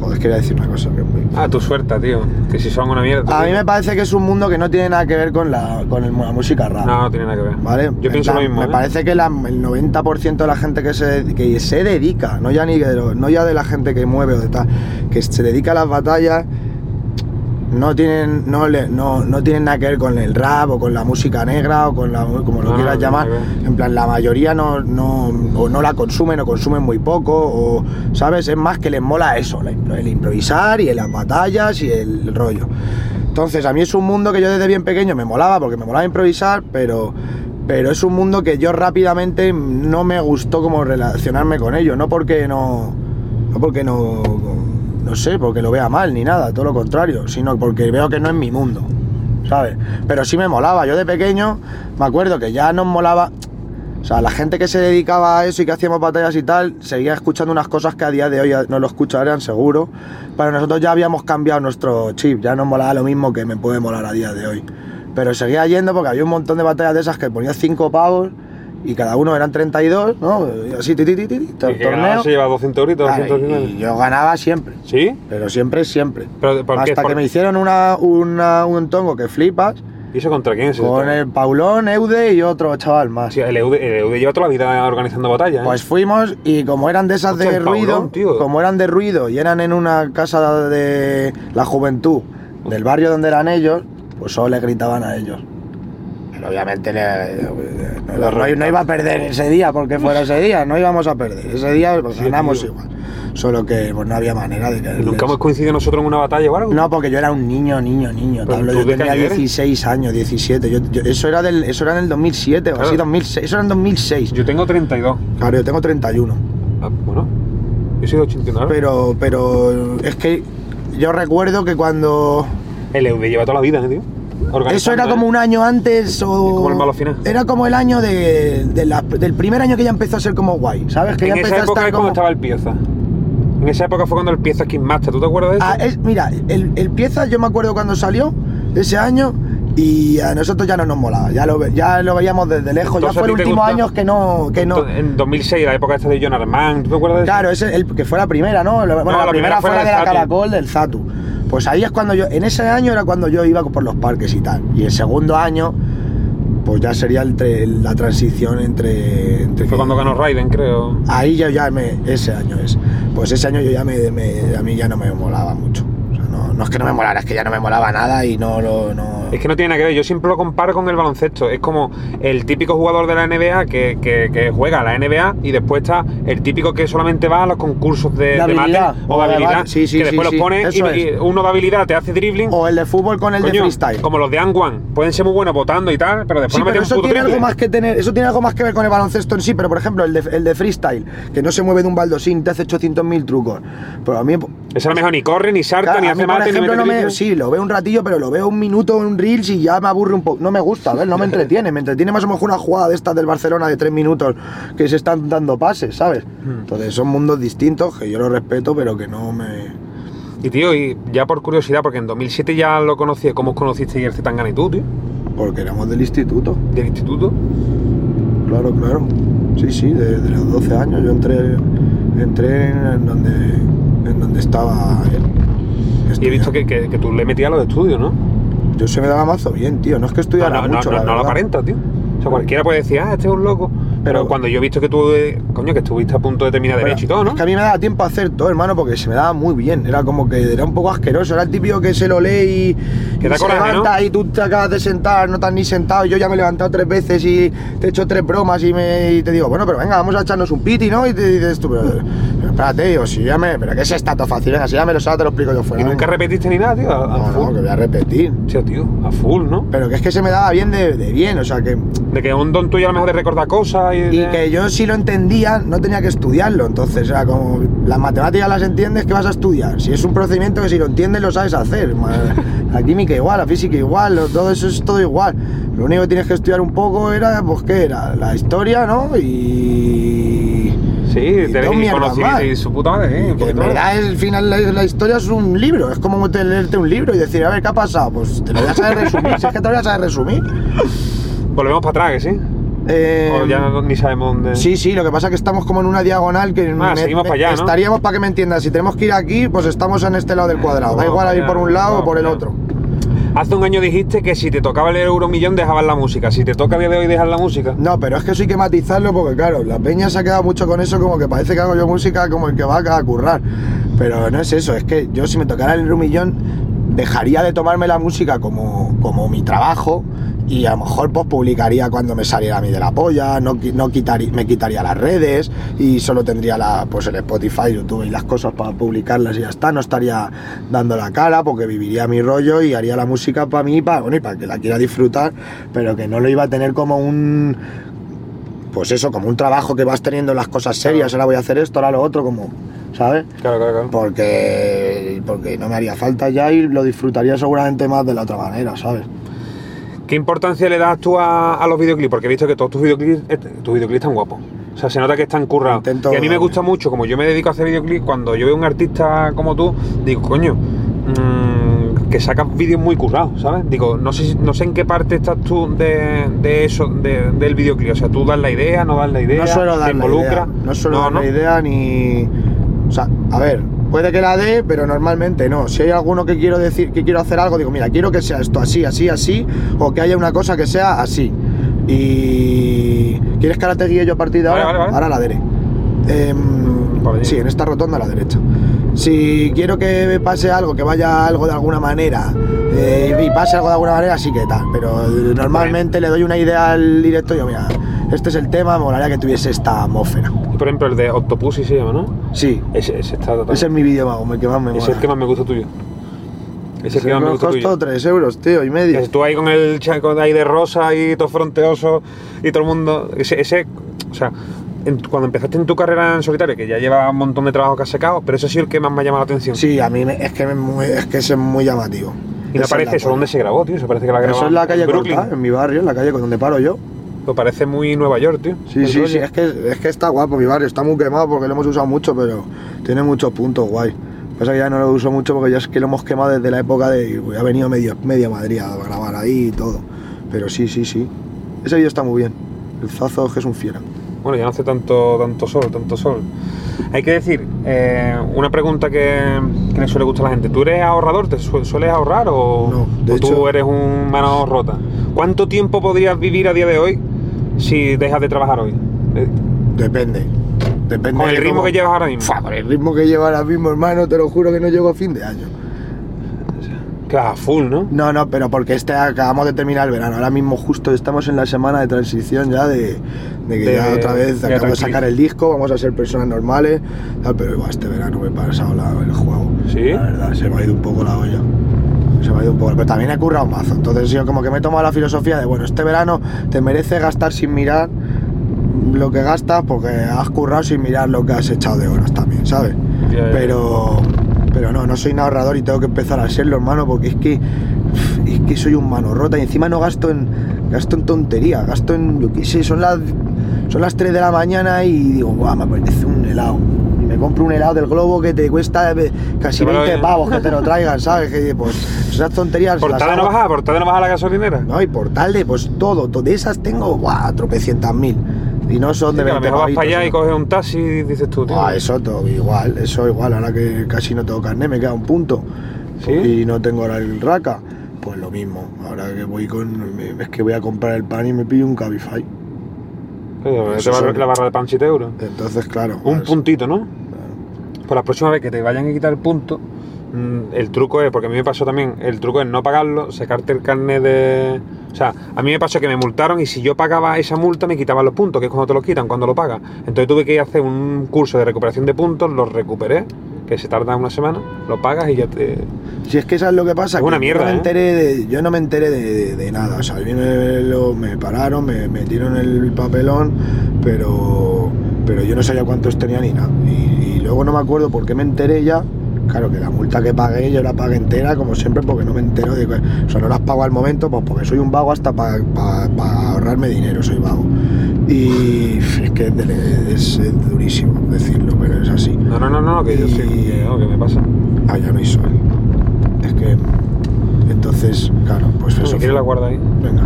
[SPEAKER 2] Joder, quería decir una cosa que es muy-
[SPEAKER 1] Ah, tu suerte, tío. Que si son una mierda.
[SPEAKER 2] A mí
[SPEAKER 1] tío.
[SPEAKER 2] me parece que es un mundo que no tiene nada que ver con la, con el- la música rap.
[SPEAKER 1] No, no tiene nada que ver.
[SPEAKER 2] ¿Vale?
[SPEAKER 1] Yo
[SPEAKER 2] En
[SPEAKER 1] pienso lo
[SPEAKER 2] plan,
[SPEAKER 1] mismo.
[SPEAKER 2] Me
[SPEAKER 1] ¿eh?
[SPEAKER 2] parece que la- el 90% de la gente que se, que se dedica, no ya, ni de lo- no ya de la gente que mueve o de tal, que se dedica a las batallas, no tienen, no, le- no, no tienen nada que ver con el rap o con la música negra o con la, como lo
[SPEAKER 1] No,
[SPEAKER 2] quieras
[SPEAKER 1] no,
[SPEAKER 2] llamar.
[SPEAKER 1] nada que ver.
[SPEAKER 2] En plan, la mayoría no, no, o no la consumen o consumen muy poco, o, ¿sabes? Es más que les mola eso, la- el improvisar y las batallas y el rollo. Entonces, a mí es un mundo que yo desde bien pequeño me molaba, porque me molaba improvisar, pero, pero es un mundo que yo rápidamente no me gustó como relacionarme con ello. No porque no. No porque no. No sé, porque lo vea mal ni nada, todo lo contrario, sino porque veo que no es mi mundo, ¿sabes? Pero sí me molaba. Yo de pequeño me acuerdo que ya nos molaba. O sea, la gente que se dedicaba a eso y que hacíamos batallas y tal, seguía escuchando unas cosas que a día de hoy no lo escucharían seguro. Pero nosotros ya habíamos cambiado nuestro chip, ya nos molaba lo mismo que me puede molar a día de hoy. Pero seguía yendo porque había un montón de batallas de esas que ponía 5 pavos y cada uno eran 32, ¿no? Y así, ti, ti, ti, ti, ti,
[SPEAKER 1] Y que ganaba,
[SPEAKER 2] torneo.
[SPEAKER 1] se lleva 200 euros,
[SPEAKER 2] Claro,
[SPEAKER 1] 200
[SPEAKER 2] y- y
[SPEAKER 1] euros.
[SPEAKER 2] yo ganaba siempre,
[SPEAKER 1] ¿Sí?
[SPEAKER 2] pero siempre, siempre.
[SPEAKER 1] Pero, ¿por qué?
[SPEAKER 2] Hasta
[SPEAKER 1] ¿Por-
[SPEAKER 2] que me hicieron una, una- un tongo que flipas
[SPEAKER 1] ¿Y eso contra quién? se
[SPEAKER 2] con
[SPEAKER 1] está?
[SPEAKER 2] el Paulón, Eude y otro chaval más.
[SPEAKER 1] Sí, el EUD, el EUD lleva toda la vida organizando batallas. ¿eh?
[SPEAKER 2] Pues fuimos y como eran de esas
[SPEAKER 1] Hostia,
[SPEAKER 2] de
[SPEAKER 1] el
[SPEAKER 2] ruido,
[SPEAKER 1] Paulón, tío.
[SPEAKER 2] como eran de ruido y eran en una casa de la juventud del barrio donde eran ellos, pues solo le gritaban a ellos. Pero obviamente le- no, no- no- no iba a perder ese día porque fuera ese día, no íbamos a perder. Ese día pues,
[SPEAKER 1] Sí,
[SPEAKER 2] ganamos
[SPEAKER 1] tío.
[SPEAKER 2] igual. Solo que pues, no había manera de que...
[SPEAKER 1] ¿Nunca hemos coincidido nosotros en una batalla o algo?
[SPEAKER 2] No, porque yo era un niño, niño, niño.
[SPEAKER 1] Pero
[SPEAKER 2] te hablo,
[SPEAKER 1] ¿tú
[SPEAKER 2] yo
[SPEAKER 1] de qué
[SPEAKER 2] tenía
[SPEAKER 1] año eres?
[SPEAKER 2] 16 años, 17. Yo- yo- eso, era del, eso era en el 2007 o así,
[SPEAKER 1] Claro.
[SPEAKER 2] 2006. Eso era en 2006.
[SPEAKER 1] Yo tengo 32.
[SPEAKER 2] Claro, yo tengo 31.
[SPEAKER 1] Ah, bueno, yo soy de 89.
[SPEAKER 2] Pero, pero es que yo recuerdo que cuando.
[SPEAKER 1] El EUD lleva toda la vida, ¿eh, tío?
[SPEAKER 2] Eso
[SPEAKER 1] Organizando,
[SPEAKER 2] era
[SPEAKER 1] ¿eh?
[SPEAKER 2] como un año antes o.
[SPEAKER 1] como el malo final.
[SPEAKER 2] Era como el año de, de la- del primer año que ya empezó a ser como guay, ¿sabes? Que ya
[SPEAKER 1] En
[SPEAKER 2] empezó
[SPEAKER 1] esa
[SPEAKER 2] a
[SPEAKER 1] época
[SPEAKER 2] estar
[SPEAKER 1] es cuando
[SPEAKER 2] como.
[SPEAKER 1] estaba el pieza. En esa época fue cuando el pieza King Master, ¿tú te acuerdas de eso?
[SPEAKER 2] Ah, es- mira, el, el pieza yo me acuerdo cuando salió ese año y a nosotros ya no nos molaba, ya lo, ve- ya lo veíamos desde lejos,
[SPEAKER 1] Entonces,
[SPEAKER 2] ya
[SPEAKER 1] ¿a
[SPEAKER 2] fue
[SPEAKER 1] ti
[SPEAKER 2] el
[SPEAKER 1] te
[SPEAKER 2] último
[SPEAKER 1] gustó?
[SPEAKER 2] año que no, que eh, no.
[SPEAKER 1] En 2006, la época esta de John Armand, ¿tú te acuerdas de eso?
[SPEAKER 2] Claro, ese, el, que fue la primera, ¿no? La- Bueno,
[SPEAKER 1] No,
[SPEAKER 2] la, primera, fue la
[SPEAKER 1] del
[SPEAKER 2] de la
[SPEAKER 1] Zatu.
[SPEAKER 2] Caracol, del Zatu. Pues ahí es cuando yo, en ese año era cuando yo iba por los parques y tal. Y el segundo año, pues ya sería el tre- la transición entre... entre
[SPEAKER 1] Fue cuando ganó Raiden, creo.
[SPEAKER 2] Ahí yo ya me, ese año es. Pues ese año yo ya me, me- a mí ya no me molaba mucho. O sea, no, no es que no me molara, es que ya no me molaba nada y no lo... No...
[SPEAKER 1] Es que no tiene nada que ver, yo siempre lo comparo con el baloncesto. Es como el típico jugador de la NBA que, que- que juega a la NBA y después está el típico que solamente va a los concursos de,
[SPEAKER 2] De
[SPEAKER 1] de mate
[SPEAKER 2] habilidad.
[SPEAKER 1] o de
[SPEAKER 2] O de
[SPEAKER 1] habilidad.
[SPEAKER 2] bate. Sí, sí,
[SPEAKER 1] que
[SPEAKER 2] sí,
[SPEAKER 1] después
[SPEAKER 2] sí.
[SPEAKER 1] los pones
[SPEAKER 2] Eso
[SPEAKER 1] y, y
[SPEAKER 2] es.
[SPEAKER 1] uno de habilidad te hace dribbling.
[SPEAKER 2] O el de fútbol con el de
[SPEAKER 1] Coño,
[SPEAKER 2] freestyle.
[SPEAKER 1] como los de Anguan, pueden ser muy buenos votando y tal, pero después
[SPEAKER 2] Sí,
[SPEAKER 1] no meten
[SPEAKER 2] pero
[SPEAKER 1] un
[SPEAKER 2] eso
[SPEAKER 1] puto
[SPEAKER 2] tiene, algo
[SPEAKER 1] triple.
[SPEAKER 2] más que tener, eso tiene algo más que ver con el baloncesto en sí, pero por ejemplo el de, el de freestyle, que no se mueve de un baldosín, te hace 800.000 trucos. Pero a mí,
[SPEAKER 1] Ese a lo mejor ni corre, ni salta,
[SPEAKER 2] claro,
[SPEAKER 1] ni
[SPEAKER 2] a
[SPEAKER 1] hace
[SPEAKER 2] mí, por
[SPEAKER 1] mate, ni
[SPEAKER 2] ejemplo,
[SPEAKER 1] mete
[SPEAKER 2] no me,
[SPEAKER 1] dribbling.
[SPEAKER 2] sí, lo veo un ratillo, pero lo veo un minuto en un reels y ya me aburre un poco. No me gusta, ¿ves? No me entretiene. Me entretiene más o menos una jugada de estas del Barcelona de tres minutos que se están dando pases, ¿sabes?
[SPEAKER 1] Hmm.
[SPEAKER 2] Entonces son mundos distintos que yo lo respeto, pero que no me...
[SPEAKER 1] Y tío, y ya por curiosidad, porque en 2007 ya lo conocí, ¿cómo os conociste el Zetangana y tú, tío?
[SPEAKER 2] Porque éramos del instituto.
[SPEAKER 1] Del instituto.
[SPEAKER 2] Claro, claro. Sí, sí, de, de los 12 años. Yo entré, entré en donde, en donde estaba. él,
[SPEAKER 1] Y he visto
[SPEAKER 2] estudiando.
[SPEAKER 1] que, que- que tú le metías a los estudios, ¿no?
[SPEAKER 2] Yo se me daba mazo bien, tío. No es que
[SPEAKER 1] No,
[SPEAKER 2] estudiara
[SPEAKER 1] no, no,
[SPEAKER 2] mucho.
[SPEAKER 1] no,
[SPEAKER 2] la
[SPEAKER 1] no lo
[SPEAKER 2] verdad.
[SPEAKER 1] aparenta, tío. O sea, cualquiera puede decir, ah, este es un loco. Pero,
[SPEAKER 2] Pero-
[SPEAKER 1] cuando yo he visto que tú, eh, coño, que estuviste a punto de terminar
[SPEAKER 2] Pero
[SPEAKER 1] derecho y todo, ¿no?
[SPEAKER 2] Es que a mí me daba tiempo a hacer todo, hermano, porque se me daba muy bien. Era como que era un poco asqueroso. Era el típico que se lo lee y,
[SPEAKER 1] Que
[SPEAKER 2] y
[SPEAKER 1] da
[SPEAKER 2] se
[SPEAKER 1] coraje,
[SPEAKER 2] levanta
[SPEAKER 1] ¿no?
[SPEAKER 2] y tú te acabas de sentar, no estás ni sentado. Yo ya me he levantado tres veces y te he hecho tres bromas y, me, y te digo, bueno, pero venga, vamos a echarnos un piti, ¿no? Y te dices tú, pero, pero espérate, digo, si ya me. ¿Pero qué es esta tan fácil? Venga, si ya me lo sabes, te lo explico yo fuera.
[SPEAKER 1] Y nunca
[SPEAKER 2] venga".
[SPEAKER 1] repetiste ni nada, tío. A, a
[SPEAKER 2] No, no,
[SPEAKER 1] full.
[SPEAKER 2] que voy a repetir.
[SPEAKER 1] O sea, tío, a full, ¿no?
[SPEAKER 2] Pero que es que se me daba bien de, de bien, o sea que.
[SPEAKER 1] De que un don tuyo a lo mejor de recordar cosas y.
[SPEAKER 2] Y
[SPEAKER 1] de-
[SPEAKER 2] que yo si lo entendía, no tenía que estudiarlo. Entonces era como. Las matemáticas las entiendes, ¿qué vas a estudiar? Si es un procedimiento que si lo entiendes, lo sabes hacer. Ma- La química igual, la física igual, lo- todo eso es todo igual. Lo único que tienes que estudiar un poco era, pues, ¿qué era? La historia, ¿no? Y...
[SPEAKER 1] Sí,
[SPEAKER 2] y
[SPEAKER 1] tenéis
[SPEAKER 2] dos mierdas
[SPEAKER 1] conocimiento
[SPEAKER 2] más.
[SPEAKER 1] y su puta madre, ¿eh?
[SPEAKER 2] y que en verdad, es- al final, la, la historia es un libro. Es como te- leerte un libro y decir, a ver, ¿qué ha pasado? Pues te lo voy a saber resumir. si es que te lo voy a saber resumir.
[SPEAKER 1] Volvemos para atrás, ¿que ¿sí?
[SPEAKER 2] Eh,
[SPEAKER 1] o ya no- ni sabemos dónde.
[SPEAKER 2] Sí, sí, lo que pasa es que estamos como en una diagonal que
[SPEAKER 1] Ah, seguimos pa' allá, ¿no?
[SPEAKER 2] estaríamos para que me entiendas. Si tenemos que ir aquí, pues estamos en este lado del cuadrado. Da
[SPEAKER 1] Vamos
[SPEAKER 2] igual
[SPEAKER 1] pa'
[SPEAKER 2] a ir
[SPEAKER 1] allá,
[SPEAKER 2] por un lado
[SPEAKER 1] vamos
[SPEAKER 2] o por el
[SPEAKER 1] pa' allá.
[SPEAKER 2] otro.
[SPEAKER 1] Hace un año dijiste que si te tocaba el euromillón dejabas la música. Si te toca a día de hoy dejar la música.
[SPEAKER 2] No, pero es que eso hay que matizarlo porque, claro, la peña se ha quedado mucho con eso, como que parece que hago yo música como el que va a currar. Pero no es eso, es que yo si me tocara el rumillón, dejaría de tomarme la música como, como mi trabajo y a lo mejor pues publicaría cuando me saliera a mí de la polla, no, qui- no quitaría, me quitaría las redes y solo tendría la, pues el Spotify, YouTube y las cosas para publicarlas y ya está, no estaría dando la cara porque viviría mi rollo y haría la música para mí, para, bueno, y para que la quiera disfrutar, pero que no lo iba a tener como un, pues eso, como un trabajo que vas teniendo las cosas serias, ahora voy a hacer esto, ahora lo otro, como, ¿sabes?
[SPEAKER 1] Claro, claro, claro.
[SPEAKER 2] Porque, porque no me haría falta ya y lo disfrutaría seguramente más de la otra manera, ¿sabes?
[SPEAKER 1] ¿Qué importancia le das tú a, a los videoclips? Porque he visto que todos tus videoclips, este- tus videoclips están guapos. O sea, se nota que están currados.
[SPEAKER 2] Intento-
[SPEAKER 1] y a mí me gusta mucho, como yo me dedico a hacer videoclips, cuando yo veo un artista como tú, digo, coño, mm, que sacas vídeos muy currados, ¿sabes? Digo, no sé, si- no sé en qué parte estás tú de, de eso, de- del videoclip. O sea, tú das la idea, no das la idea,
[SPEAKER 2] No suelo dar
[SPEAKER 1] te
[SPEAKER 2] la
[SPEAKER 1] involucra.
[SPEAKER 2] idea, no suelo
[SPEAKER 1] no,
[SPEAKER 2] dar
[SPEAKER 1] no.
[SPEAKER 2] la idea ni... O sea, a ver, puede que la dé, pero normalmente no. Si hay alguno que quiero decir, que quiero hacer algo, digo, mira, quiero que sea esto así, así, así, o que haya una cosa que sea así. Y... ¿Quieres que ahora te guíe yo a partir de
[SPEAKER 1] Vale,
[SPEAKER 2] ahora?
[SPEAKER 1] vale, vale.
[SPEAKER 2] Ahora a la derecha. Em,
[SPEAKER 1] Vale.
[SPEAKER 2] sí, en esta rotonda a la derecha. Si quiero que pase algo, que vaya algo de alguna manera, eh, y pase algo de alguna manera, sí que tal. Pero normalmente le doy una idea al directo y yo, mira, este es el tema, me molaría que tuviese esta atmósfera.
[SPEAKER 1] Y, Por ejemplo, el de Octopussy se llama, ¿no?
[SPEAKER 2] Sí,
[SPEAKER 1] Ese, ese está total-
[SPEAKER 2] ese es mi vídeo, mago, el que más me mola.
[SPEAKER 1] ese es el que más me gusta tuyo. Ese es el
[SPEAKER 2] Ese
[SPEAKER 1] que más me
[SPEAKER 2] me
[SPEAKER 1] gusta tuyo.
[SPEAKER 2] costó 3 euros, tío, y medio.
[SPEAKER 1] Entonces, Tú ahí con el chaco de ahí de rosa y todo fronteoso y todo el mundo. Ese, ese- o sea, en- cuando empezaste en tu carrera en solitario, que ya lleva un montón de trabajo que has sacado, pero ese sí el que más me ha llamado la atención.
[SPEAKER 2] Sí, a mí me- es, que me- muy- es que ese es muy llamativo.
[SPEAKER 1] y no
[SPEAKER 2] Esa es
[SPEAKER 1] parece
[SPEAKER 2] la
[SPEAKER 1] eso,
[SPEAKER 2] polla.
[SPEAKER 1] ¿dónde se grabó, tío? Eso parece que la grabó
[SPEAKER 2] Eso es la calle
[SPEAKER 1] en Brooklyn.
[SPEAKER 2] corta, en mi barrio, en la calle donde paro yo.
[SPEAKER 1] Lo parece muy Nueva York, tío.
[SPEAKER 2] Sí,
[SPEAKER 1] El
[SPEAKER 2] sí,
[SPEAKER 1] rollo.
[SPEAKER 2] sí, es que, es que está guapo mi barrio, está muy quemado porque lo hemos usado mucho, pero tiene muchos puntos guay. Pasa que ya no lo uso mucho porque ya es que lo hemos quemado desde la época de. uy, Ha venido medio, media Madrid a grabar ahí y todo. Pero sí, sí, sí. Ese vídeo está muy bien. El Zazo es que es un fiera.
[SPEAKER 1] Bueno, ya no hace tanto, tanto sol, tanto sol. Hay que decir, eh, una pregunta que, que le suele gustar a la gente. ¿Tú eres ahorrador? ¿Te su- sueles ahorrar o,
[SPEAKER 2] No, de
[SPEAKER 1] o tú
[SPEAKER 2] hecho-
[SPEAKER 1] eres un mano rota? ¿Cuánto tiempo podrías vivir a día de hoy si dejas de trabajar hoy? Eh,
[SPEAKER 2] Depende. Depende.
[SPEAKER 1] Con
[SPEAKER 2] de
[SPEAKER 1] el ritmo
[SPEAKER 2] cómo-
[SPEAKER 1] que llevas ahora mismo.
[SPEAKER 2] Fua, con el ritmo que llevo ahora mismo, hermano, te lo juro que no llego a fin de año.
[SPEAKER 1] Que vas a full, ¿no?
[SPEAKER 2] No, no, pero porque este acabamos de terminar el verano. Ahora mismo justo estamos en la semana de transición ya de, de que
[SPEAKER 1] De-
[SPEAKER 2] ya otra vez
[SPEAKER 1] ya
[SPEAKER 2] acabo de sacar
[SPEAKER 1] tranquiliza.
[SPEAKER 2] el disco, vamos a ser personas normales. tal, pero igual este verano me he pasado la- el juego.
[SPEAKER 1] ¿Sí?
[SPEAKER 2] La verdad, se me ha ido un poco la olla. Se me ha ido un poco. Pero también he currado mazo. Entonces yo como que me he tomado la filosofía de, bueno, este verano te merece gastar sin mirar lo que gastas porque has currado sin mirar lo que has echado de horas también, ¿sabes?
[SPEAKER 1] Ya, ya.
[SPEAKER 2] Pero, pero no, no soy un ahorrador y tengo que empezar a serlo, hermano, porque es que, es que soy un mano rota y encima no gasto en, gasto en tontería, gasto en, yo qué sé, son las, son las 3 de la mañana y digo, guau, me apetece un helado. Y me compro un helado del globo que te cuesta eh, casi
[SPEAKER 1] Te lo
[SPEAKER 2] 20
[SPEAKER 1] doy.
[SPEAKER 2] pavos que te lo traigan, ¿sabes? Que, pues, esas tonterías.
[SPEAKER 1] ¿Por
[SPEAKER 2] las
[SPEAKER 1] tal de no
[SPEAKER 2] hago-
[SPEAKER 1] bajar? ¿Por tal de no bajar la gasolinera?
[SPEAKER 2] no, y por tal de, pues todo, to- de esas tengo, guau, tropecientas mil. Y no son
[SPEAKER 1] Sí,
[SPEAKER 2] de
[SPEAKER 1] que a lo
[SPEAKER 2] 20
[SPEAKER 1] mejor vas
[SPEAKER 2] pavitos,
[SPEAKER 1] para allá y
[SPEAKER 2] sino-
[SPEAKER 1] coges un taxi y dices tú, tío. eh,
[SPEAKER 2] Ah, eso todo igual, eso igual, ahora que casi no tengo carnet, me queda un punto.
[SPEAKER 1] ¿Sí?
[SPEAKER 2] Y no tengo ahora el raca. Pues lo mismo, ahora que voy con. me- Es que voy a comprar el pan y me pillo un Cabify.
[SPEAKER 1] Coño,
[SPEAKER 2] eso
[SPEAKER 1] eh, te va
[SPEAKER 2] son-
[SPEAKER 1] la barra de pan 7 euros.
[SPEAKER 2] Entonces, claro.
[SPEAKER 1] Un
[SPEAKER 2] pues,
[SPEAKER 1] puntito, ¿no?
[SPEAKER 2] claro.
[SPEAKER 1] Pues la próxima vez que te vayan a quitar el punto, mm, el truco es, porque a mí me pasó también, el truco es no pagarlo, sacarte el carnet de. O sea, a mí me pasó que me multaron y si yo pagaba esa multa me quitaban los puntos, que es cuando te los quitan, cuando lo pagas. Entonces tuve que ir a hacer un curso de recuperación de puntos, los recuperé, que se tarda una semana, lo pagas y ya te.
[SPEAKER 2] Si es que sabes lo que pasa,
[SPEAKER 1] Es una
[SPEAKER 2] que
[SPEAKER 1] mierda,
[SPEAKER 2] yo no
[SPEAKER 1] ¿eh?
[SPEAKER 2] me enteré de, yo no me enteré de, de- de nada. O sea, a mí me, lo- me pararon, me metieron el papelón, pero, pero yo no sabía cuántos tenía ni nada. Y, y luego no me acuerdo por qué me enteré ya Claro que la multa que pagué yo la pagué entera, como siempre, porque no me entero de cosas. O sea, no las pago al momento, pues porque soy un vago hasta para ahorrarme dinero, soy vago. Y es que es, de- es- es durísimo decirlo, pero es así.
[SPEAKER 1] No, no, no, no, que yo sí, que, no, que me pasa.
[SPEAKER 2] Ah, ya no hay sol. Es que. Entonces, claro, pues
[SPEAKER 1] Si
[SPEAKER 2] eso.
[SPEAKER 1] quieres
[SPEAKER 2] fue.
[SPEAKER 1] la guarda ahí.
[SPEAKER 2] Venga.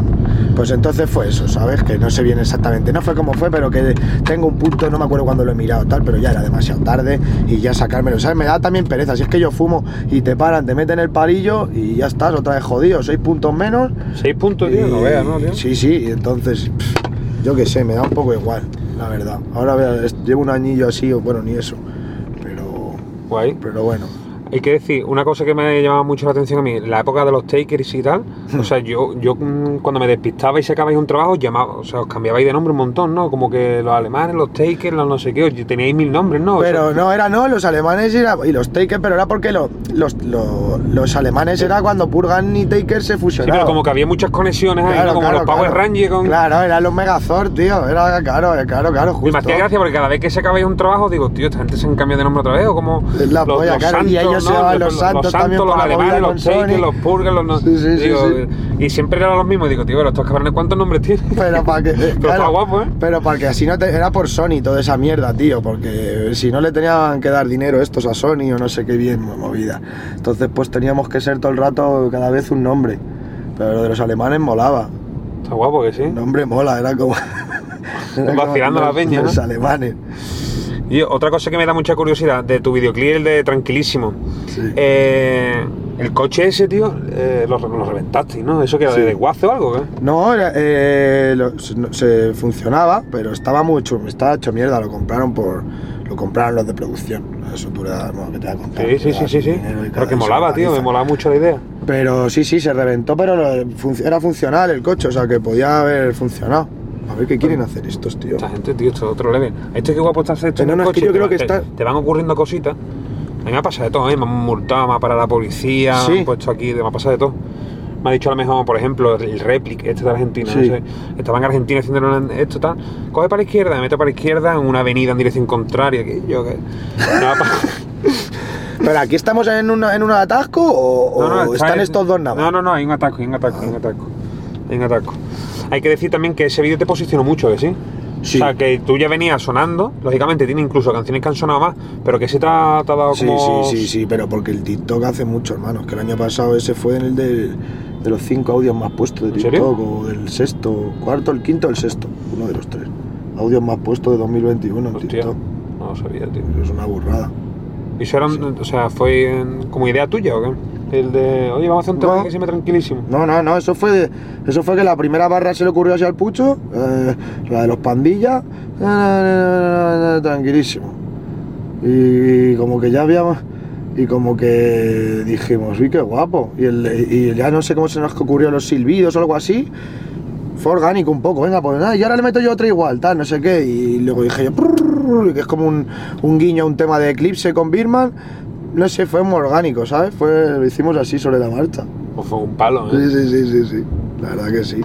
[SPEAKER 2] Pues entonces fue eso, ¿sabes? Que no sé bien exactamente, no fue como fue, pero que tengo un punto, no me acuerdo cuándo lo he mirado tal, pero ya era demasiado tarde y ya sacármelo, ¿sabes? Me da también pereza, si es que yo fumo y te paran, te meten el palillo y ya estás otra vez jodido, seis puntos menos.
[SPEAKER 1] Seis puntos, tío, no
[SPEAKER 2] y-
[SPEAKER 1] veas, ¿no, tío?
[SPEAKER 2] Sí, sí, y entonces, pff, yo qué sé, me da un poco igual, la verdad. Ahora vea, es- llevo un añillo así, o bueno, ni eso, pero,
[SPEAKER 1] Guay.
[SPEAKER 2] pero bueno.
[SPEAKER 1] Hay que decir, una cosa que me llamaba mucho la atención a mí, la época de los takers y tal, o sea, yo, yo mm, cuando me despistaba y sacabais un trabajo, os llamaba, o sea, os cambiabais de nombre un montón, ¿no? Como que los alemanes, los takers, los no sé qué, os- teníais mil nombres, ¿no?
[SPEAKER 2] Pero no, era no, los alemanes era, y los takers, pero era porque lo- los, lo- los alemanes era cuando Purgan y Taker se
[SPEAKER 1] Sí,
[SPEAKER 2] fusionaron.
[SPEAKER 1] pero como que había muchas conexiones ahí, ¿no?
[SPEAKER 2] Claro,
[SPEAKER 1] como
[SPEAKER 2] claro,
[SPEAKER 1] los Power
[SPEAKER 2] claro.
[SPEAKER 1] Rangers con...
[SPEAKER 2] Claro, eran los Megazord, tío, era claro, eh, claro, claro,
[SPEAKER 1] Y me
[SPEAKER 2] justo.
[SPEAKER 1] hacía gracia porque cada vez que sacabais un trabajo, digo, tío, esta gente se han cambiado de nombre otra vez, o como...
[SPEAKER 2] Es la polla, claro, y ellos se llamaban los Santos también
[SPEAKER 1] Los
[SPEAKER 2] por la
[SPEAKER 1] alemanes,
[SPEAKER 2] movida
[SPEAKER 1] los
[SPEAKER 2] con
[SPEAKER 1] takers,
[SPEAKER 2] Sony.
[SPEAKER 1] los purgas, los... no-
[SPEAKER 2] Sí, sí, sí,
[SPEAKER 1] digo,
[SPEAKER 2] sí.
[SPEAKER 1] Y siempre eran los mismos, digo, tío, pero estos cabrones, ¿cuántos nombres tienen?
[SPEAKER 2] Pero para que. eh,
[SPEAKER 1] Pero está guapo, ¿eh?
[SPEAKER 2] Pero para que así no te. Era por Sony toda esa mierda, tío. Porque si no le tenían que dar dinero estos a Sony o no sé qué bien movida. Entonces, pues teníamos que ser todo el rato cada vez un nombre. Pero lo de los alemanes molaba.
[SPEAKER 1] Está guapo que sí.
[SPEAKER 2] El nombre mola, era como. era como
[SPEAKER 1] Vacilando la
[SPEAKER 2] los-
[SPEAKER 1] peña, ¿no?
[SPEAKER 2] Los alemanes.
[SPEAKER 1] Y otra cosa que me da mucha curiosidad de tu videoclip, el de Tranquilísimo.
[SPEAKER 2] Sí.
[SPEAKER 1] Eh, el coche ese, tío, eh, lo, lo reventaste, ¿no? ¿Eso que era
[SPEAKER 2] Sí.
[SPEAKER 1] de guace o algo? ¿eh?
[SPEAKER 2] No, era- eh, lo- se- no- se funcionaba, pero estaba mucho, estaba hecho mierda, lo compraron por lo compraron los de producción. Eso tú le das- bueno, que te voy a contar,
[SPEAKER 1] Sí, sí,
[SPEAKER 2] le
[SPEAKER 1] sí,
[SPEAKER 2] das
[SPEAKER 1] sí, sí.
[SPEAKER 2] dinero y cada
[SPEAKER 1] Pero que
[SPEAKER 2] vez se
[SPEAKER 1] molaba, tío, me
[SPEAKER 2] organiza.
[SPEAKER 1] molaba mucho la idea.
[SPEAKER 2] Pero sí, sí, se reventó, pero lo- func- era funcional el coche, o sea que podía haber funcionado. A ver qué quieren hacer estos, tío.
[SPEAKER 1] Esta gente, tío, esto es otro level. Esto qué guapo está esto en
[SPEAKER 2] No,
[SPEAKER 1] un
[SPEAKER 2] no, es que
[SPEAKER 1] coche, te
[SPEAKER 2] yo creo
[SPEAKER 1] va-
[SPEAKER 2] que
[SPEAKER 1] te-
[SPEAKER 2] está-
[SPEAKER 1] Te van ocurriendo cositas. A mí me ha pasado de todo, ¿eh? me han multado, me ha parado la policía, me
[SPEAKER 2] Sí.
[SPEAKER 1] han puesto aquí, me ha pasado de todo. Me ha dicho a lo mejor, por ejemplo, el Replic, este de Argentina,
[SPEAKER 2] Sí.
[SPEAKER 1] no sé, estaba en Argentina haciendo una- esto tal, coge para la izquierda, me meto para la izquierda en una avenida en dirección contraria, que yo que... me ha pasado-
[SPEAKER 2] Pero aquí estamos en, una, en un atasco o, o
[SPEAKER 1] está
[SPEAKER 2] están
[SPEAKER 1] en-
[SPEAKER 2] estos dos nada más?
[SPEAKER 1] No, no, no, hay un ataco, hay un ataco, hay un ataco. Hay un ataco. Hay que decir también que ese vídeo te posicionó mucho, que sí.
[SPEAKER 2] Sí.
[SPEAKER 1] O sea, que tú ya venías sonando, lógicamente tiene incluso canciones que han sonado más, pero que sí te ha, te ha dado
[SPEAKER 2] Sí,
[SPEAKER 1] como.
[SPEAKER 2] sí, sí, sí, pero porque el TikTok hace mucho, hermanos. Que el año pasado ese fue en el del- de los cinco audios más puestos de
[SPEAKER 1] ¿En serio?
[SPEAKER 2] TikTok, o del sexto, cuarto, el quinto, el sexto, uno de los tres. Audios más puestos de 2021 en
[SPEAKER 1] Hostia,
[SPEAKER 2] TikTok.
[SPEAKER 1] no lo sabía, tío.
[SPEAKER 2] Eso es una burrada.
[SPEAKER 1] ¿Y eso era, un- o sea, fue en- como idea tuya o qué? El de, oye, vamos a hacer un tema
[SPEAKER 2] No.
[SPEAKER 1] que se me tranquilísimo.
[SPEAKER 2] No, no, no, eso fue, eso fue que la primera barra se le ocurrió así al pucho, eh, la de los pandillas, eh, na, na, na, na, na, eh, tranquilísimo. Y, como que ya habíamos, y como que dijimos, uy, qué guapo. Y, el- y ya no sé cómo se nos ocurrió los silbidos o algo así. Fue orgánico un poco, venga, pues nada, y ahora le meto yo otra igual, tal, no sé qué. Y luego dije yo, "Prrrr", que es como un, un guiño a un tema de Eclipse con Birman. No sé, fue muy orgánico, ¿sabes? Fue, lo hicimos así sobre la marcha.
[SPEAKER 1] Pues fue un palo, ¿eh?
[SPEAKER 2] Sí, sí, sí, sí, sí. La verdad que sí.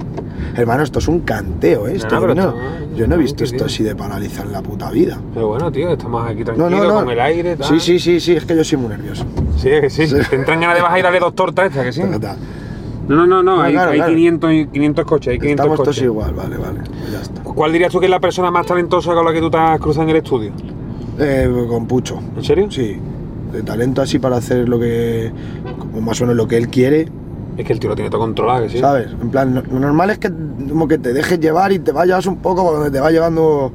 [SPEAKER 2] Hermano, esto es un canteo, ¿eh? Esto
[SPEAKER 1] No, no,
[SPEAKER 2] yo,
[SPEAKER 1] pero
[SPEAKER 2] no,
[SPEAKER 1] esto-
[SPEAKER 2] yo no
[SPEAKER 1] esto,
[SPEAKER 2] he visto esto
[SPEAKER 1] tío.
[SPEAKER 2] así de paralizar en la puta vida.
[SPEAKER 1] Pero bueno, tío, estamos aquí
[SPEAKER 2] No,
[SPEAKER 1] tranquilos,
[SPEAKER 2] no, no.
[SPEAKER 1] con el aire, tal.
[SPEAKER 2] Sí, sí, sí, sí, es que yo soy muy nervioso.
[SPEAKER 1] Sí, que sí.
[SPEAKER 2] Sí.
[SPEAKER 1] Te entran ganas de bajar y darle dos tortas esta, que sí.
[SPEAKER 2] Ta, ta.
[SPEAKER 1] No, no, no, no,
[SPEAKER 2] Ah,
[SPEAKER 1] hay,
[SPEAKER 2] claro,
[SPEAKER 1] hay
[SPEAKER 2] claro.
[SPEAKER 1] 500, y- 500 coches, hay 500
[SPEAKER 2] Estamos todos
[SPEAKER 1] coches.
[SPEAKER 2] igual, vale, vale. pues Ya está.
[SPEAKER 1] ¿Cuál dirías tú que es la persona más talentosa con la que tú te has cruzado en el estudio?
[SPEAKER 2] Eh, con Pucho.
[SPEAKER 1] ¿En serio?
[SPEAKER 2] Sí. De talento así para hacer lo que. como más o menos lo que él quiere,
[SPEAKER 1] Es que el tío lo tiene todo controlado, que sí.
[SPEAKER 2] ¿sabes? En plan, lo lo normal es que como que te dejes llevar y te vayas un poco por donde te va llevando,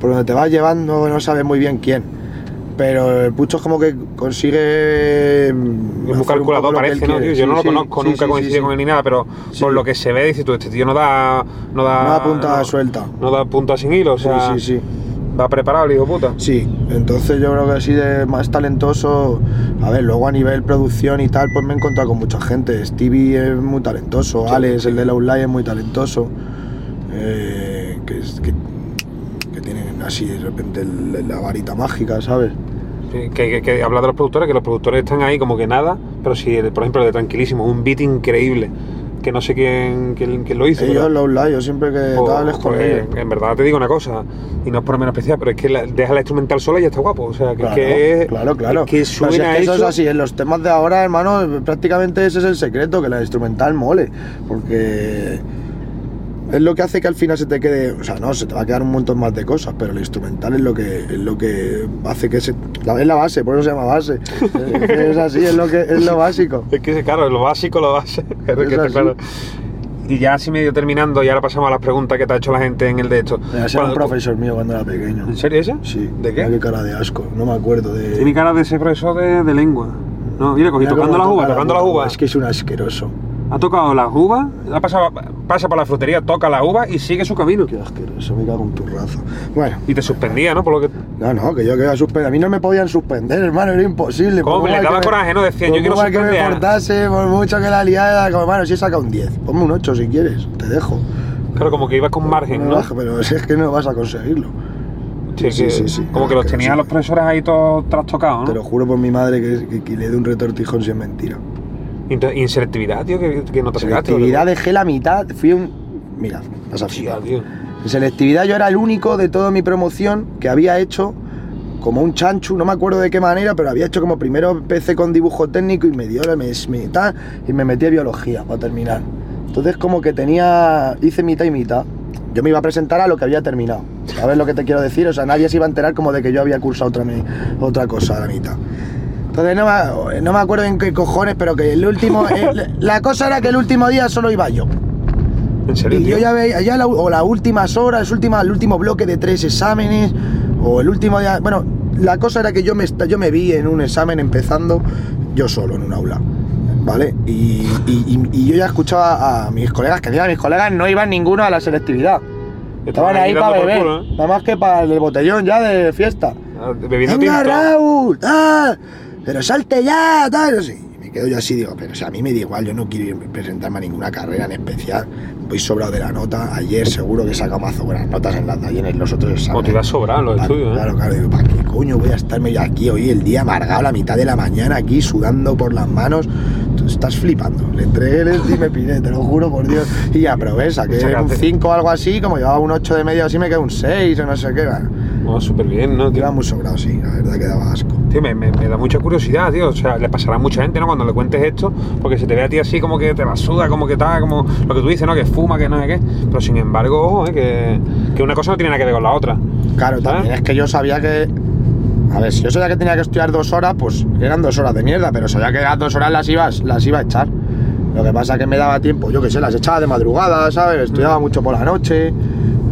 [SPEAKER 2] por donde te va llevando no sabes muy bien quién. Pero el Pucho es como que consigue... Es
[SPEAKER 1] Es muy calculado, parece, ¿no? tío? Yo no lo conozco, nunca coincide con él ni nada, pero
[SPEAKER 2] Sí.
[SPEAKER 1] por lo que se ve, dices tú, este tío no da. No da,
[SPEAKER 2] Una punta
[SPEAKER 1] no-
[SPEAKER 2] suelta.
[SPEAKER 1] No da punta sin hilo, o
[SPEAKER 2] Sí,
[SPEAKER 1] sea.
[SPEAKER 2] sí, sí.
[SPEAKER 1] Va preparado, el hijo puta.
[SPEAKER 2] Sí, entonces yo creo que así de más talentoso, a ver, luego a nivel producción y tal, pues me he encontrado con mucha gente. Stevie es muy talentoso,
[SPEAKER 1] Sí,
[SPEAKER 2] Alex,
[SPEAKER 1] sí.
[SPEAKER 2] el de la Ulay, es muy talentoso, eh, que, es- que, que tienen así de repente el- la varita mágica, ¿sabes?
[SPEAKER 1] Que, que, que habla de los productores, que los productores están ahí como que nada, pero si, el- por ejemplo, el de Tranquilísimo, un beat increíble. que no sé quién, quién, quién lo hizo.
[SPEAKER 2] Ellos
[SPEAKER 1] pero-
[SPEAKER 2] los online, yo siempre que
[SPEAKER 1] o-
[SPEAKER 2] tal es con
[SPEAKER 1] pues,
[SPEAKER 2] ellos.
[SPEAKER 1] En verdad te digo una cosa, y no es por menos especial, pero es que la- deja la instrumental sola y ya está guapo. O sea, que
[SPEAKER 2] Claro,
[SPEAKER 1] es que,
[SPEAKER 2] claro, claro.
[SPEAKER 1] es que
[SPEAKER 2] Pero si
[SPEAKER 1] suena
[SPEAKER 2] es que eso,
[SPEAKER 1] eso.
[SPEAKER 2] es así, en los temas de ahora, hermano, prácticamente ese es el secreto, que la instrumental mole, porque es lo que hace que al final se te quede, o sea, no, se te va a quedar un montón más de cosas, pero la instrumental es lo que es lo que hace que se la, es la base, por eso se llama base. es, es así, es lo que es lo básico.
[SPEAKER 1] Es que claro, lo básico, lo básico. es que
[SPEAKER 2] Es
[SPEAKER 1] está
[SPEAKER 2] así.
[SPEAKER 1] claro. Y ya así medio terminando, y ahora pasamos a las preguntas que te ha hecho la gente en el de esto.
[SPEAKER 2] Era ser un
[SPEAKER 1] Cuando-
[SPEAKER 2] profesor mío cuando era pequeño.
[SPEAKER 1] ¿En serio esa?
[SPEAKER 2] Sí.
[SPEAKER 1] ¿De
[SPEAKER 2] Mira
[SPEAKER 1] qué?
[SPEAKER 2] cara de asco, no me acuerdo de
[SPEAKER 1] Tiene cara de ese profesor de, de lengua. No, mira, cogí
[SPEAKER 2] Mira cómo
[SPEAKER 1] tocando las
[SPEAKER 2] toca
[SPEAKER 1] uvas, tocando las
[SPEAKER 2] uva.
[SPEAKER 1] uvas.
[SPEAKER 2] Es que es un asqueroso.
[SPEAKER 1] Ha tocado las uvas, ha pasado, pasa por la frutería, toca las uvas y sigue su camino.
[SPEAKER 2] Qué asqueroso, me cago en tu raza. Bueno,
[SPEAKER 1] Y te suspendía, ¿no? Por lo que...
[SPEAKER 2] no, no, que yo que iba a suspender. A mí no me podían suspender, hermano, era imposible.
[SPEAKER 1] ¿Cómo?
[SPEAKER 2] Por
[SPEAKER 1] Le
[SPEAKER 2] mal
[SPEAKER 1] daba
[SPEAKER 2] que me-
[SPEAKER 1] coraje, ¿no? Decía,
[SPEAKER 2] por
[SPEAKER 1] yo quiero
[SPEAKER 2] mal que me
[SPEAKER 1] suspender.
[SPEAKER 2] portase, por mucho que la liada, como hermano, si he sacado un 10. Ponme un 8 si quieres, te dejo.
[SPEAKER 1] Claro, como que ibas con margen,
[SPEAKER 2] No,
[SPEAKER 1] ¿no?
[SPEAKER 2] baja, Pero si es que no vas a conseguirlo.
[SPEAKER 1] Sí,
[SPEAKER 2] Sí,
[SPEAKER 1] que-
[SPEAKER 2] sí, sí.
[SPEAKER 1] Como que los
[SPEAKER 2] Que
[SPEAKER 1] tenías
[SPEAKER 2] sí.
[SPEAKER 1] los profesores ahí todos trastocados,
[SPEAKER 2] Te
[SPEAKER 1] ¿no?
[SPEAKER 2] lo juro por mi madre que, que- que le dé un retortijón si es mentira.
[SPEAKER 1] Inte- Inselectividad, tío, que, que no te sacaste.
[SPEAKER 2] Selectividad dejé la mitad, fui un. Mira, vas a
[SPEAKER 1] Hostia,
[SPEAKER 2] flipar.
[SPEAKER 1] tío.
[SPEAKER 2] En selectividad yo era el único de toda mi promoción que había hecho como un chanchu, no me acuerdo de qué manera, pero había hecho como primero empecé con dibujo técnico y me dio la me, me- tal, y me metí a biología para terminar. Entonces como que tenía, hice mitad y mitad. Yo me iba a presentar a lo que había terminado. ¿Sabes lo que te quiero decir? O sea, nadie se iba a enterar como de que yo había cursado otra, me- otra cosa a la mitad. Entonces no me, no me acuerdo en qué cojones, pero que el último... el- la cosa era que el último día solo iba yo.
[SPEAKER 1] En serio,
[SPEAKER 2] Y
[SPEAKER 1] tío.
[SPEAKER 2] yo ya veía, ya la- o las últimas horas, última, el último bloque de tres exámenes, o el último día. Bueno, la cosa era que yo me, esta- yo me vi en un examen empezando yo solo en un aula. ¿Vale? Y, y- y- y yo ya escuchaba a mis colegas, que encima mis colegas no iban ninguno a la selectividad. Estaban ahí
[SPEAKER 1] dando
[SPEAKER 2] para
[SPEAKER 1] por
[SPEAKER 2] beber,
[SPEAKER 1] culo, ¿eh?
[SPEAKER 2] nada más que para el botellón ya de fiesta.
[SPEAKER 1] Ah, Bebiendo
[SPEAKER 2] ¡Venga,
[SPEAKER 1] tinto.
[SPEAKER 2] Raúl! ¡Tal! ¡Pero salte ya! ¡Tal! No sé. Y me quedo yo así, digo, pero o sea, a mí me da igual, yo no quiero ir- presentarme a ninguna carrera en especial. Voy sobrado de la nota. Ayer seguro que he sacado mazo buenas notas en las de ayer en los otros
[SPEAKER 1] O te
[SPEAKER 2] exámenes.
[SPEAKER 1] ibas sobrado en los
[SPEAKER 2] Pa-
[SPEAKER 1] estudios, ¿eh?
[SPEAKER 2] Claro, claro, digo, ¿para qué coño voy a estarme yo aquí hoy el día amargado a la mitad de la mañana aquí sudando por las manos? Tú estás flipando. Le entregué el y me piré, te lo juro por Dios. Y aprobé, saqué un
[SPEAKER 1] Sacaste.
[SPEAKER 2] 5 o algo así, como llevaba un 8 de media así, me quedé un 6 o no sé qué. Bueno,
[SPEAKER 1] No, súper bien, Oh, ¿no? tío?
[SPEAKER 2] iba muy sobrado, sí, la verdad que daba asco.
[SPEAKER 1] Tío, me, me- me da mucha curiosidad, tío. O sea, le pasará a mucha gente, ¿no? Cuando le cuentes esto, porque se te ve a ti así como que te la suda, como que tal, como lo que tú dices, ¿no? Que fuma, que no sé qué. Pero sin embargo, ojo, ¿eh? que, que una cosa no tiene nada que ver con la otra.
[SPEAKER 2] Claro, también
[SPEAKER 1] ¿Eh?
[SPEAKER 2] es que yo sabía que. A ver, si yo sabía que tenía que estudiar dos horas, pues eran dos horas de mierda, pero sabía que las dos horas las iba, las iba a echar. Lo que pasa que me daba tiempo, yo que sé, las echaba de madrugada, ¿sabes? Estudiaba mucho por la noche.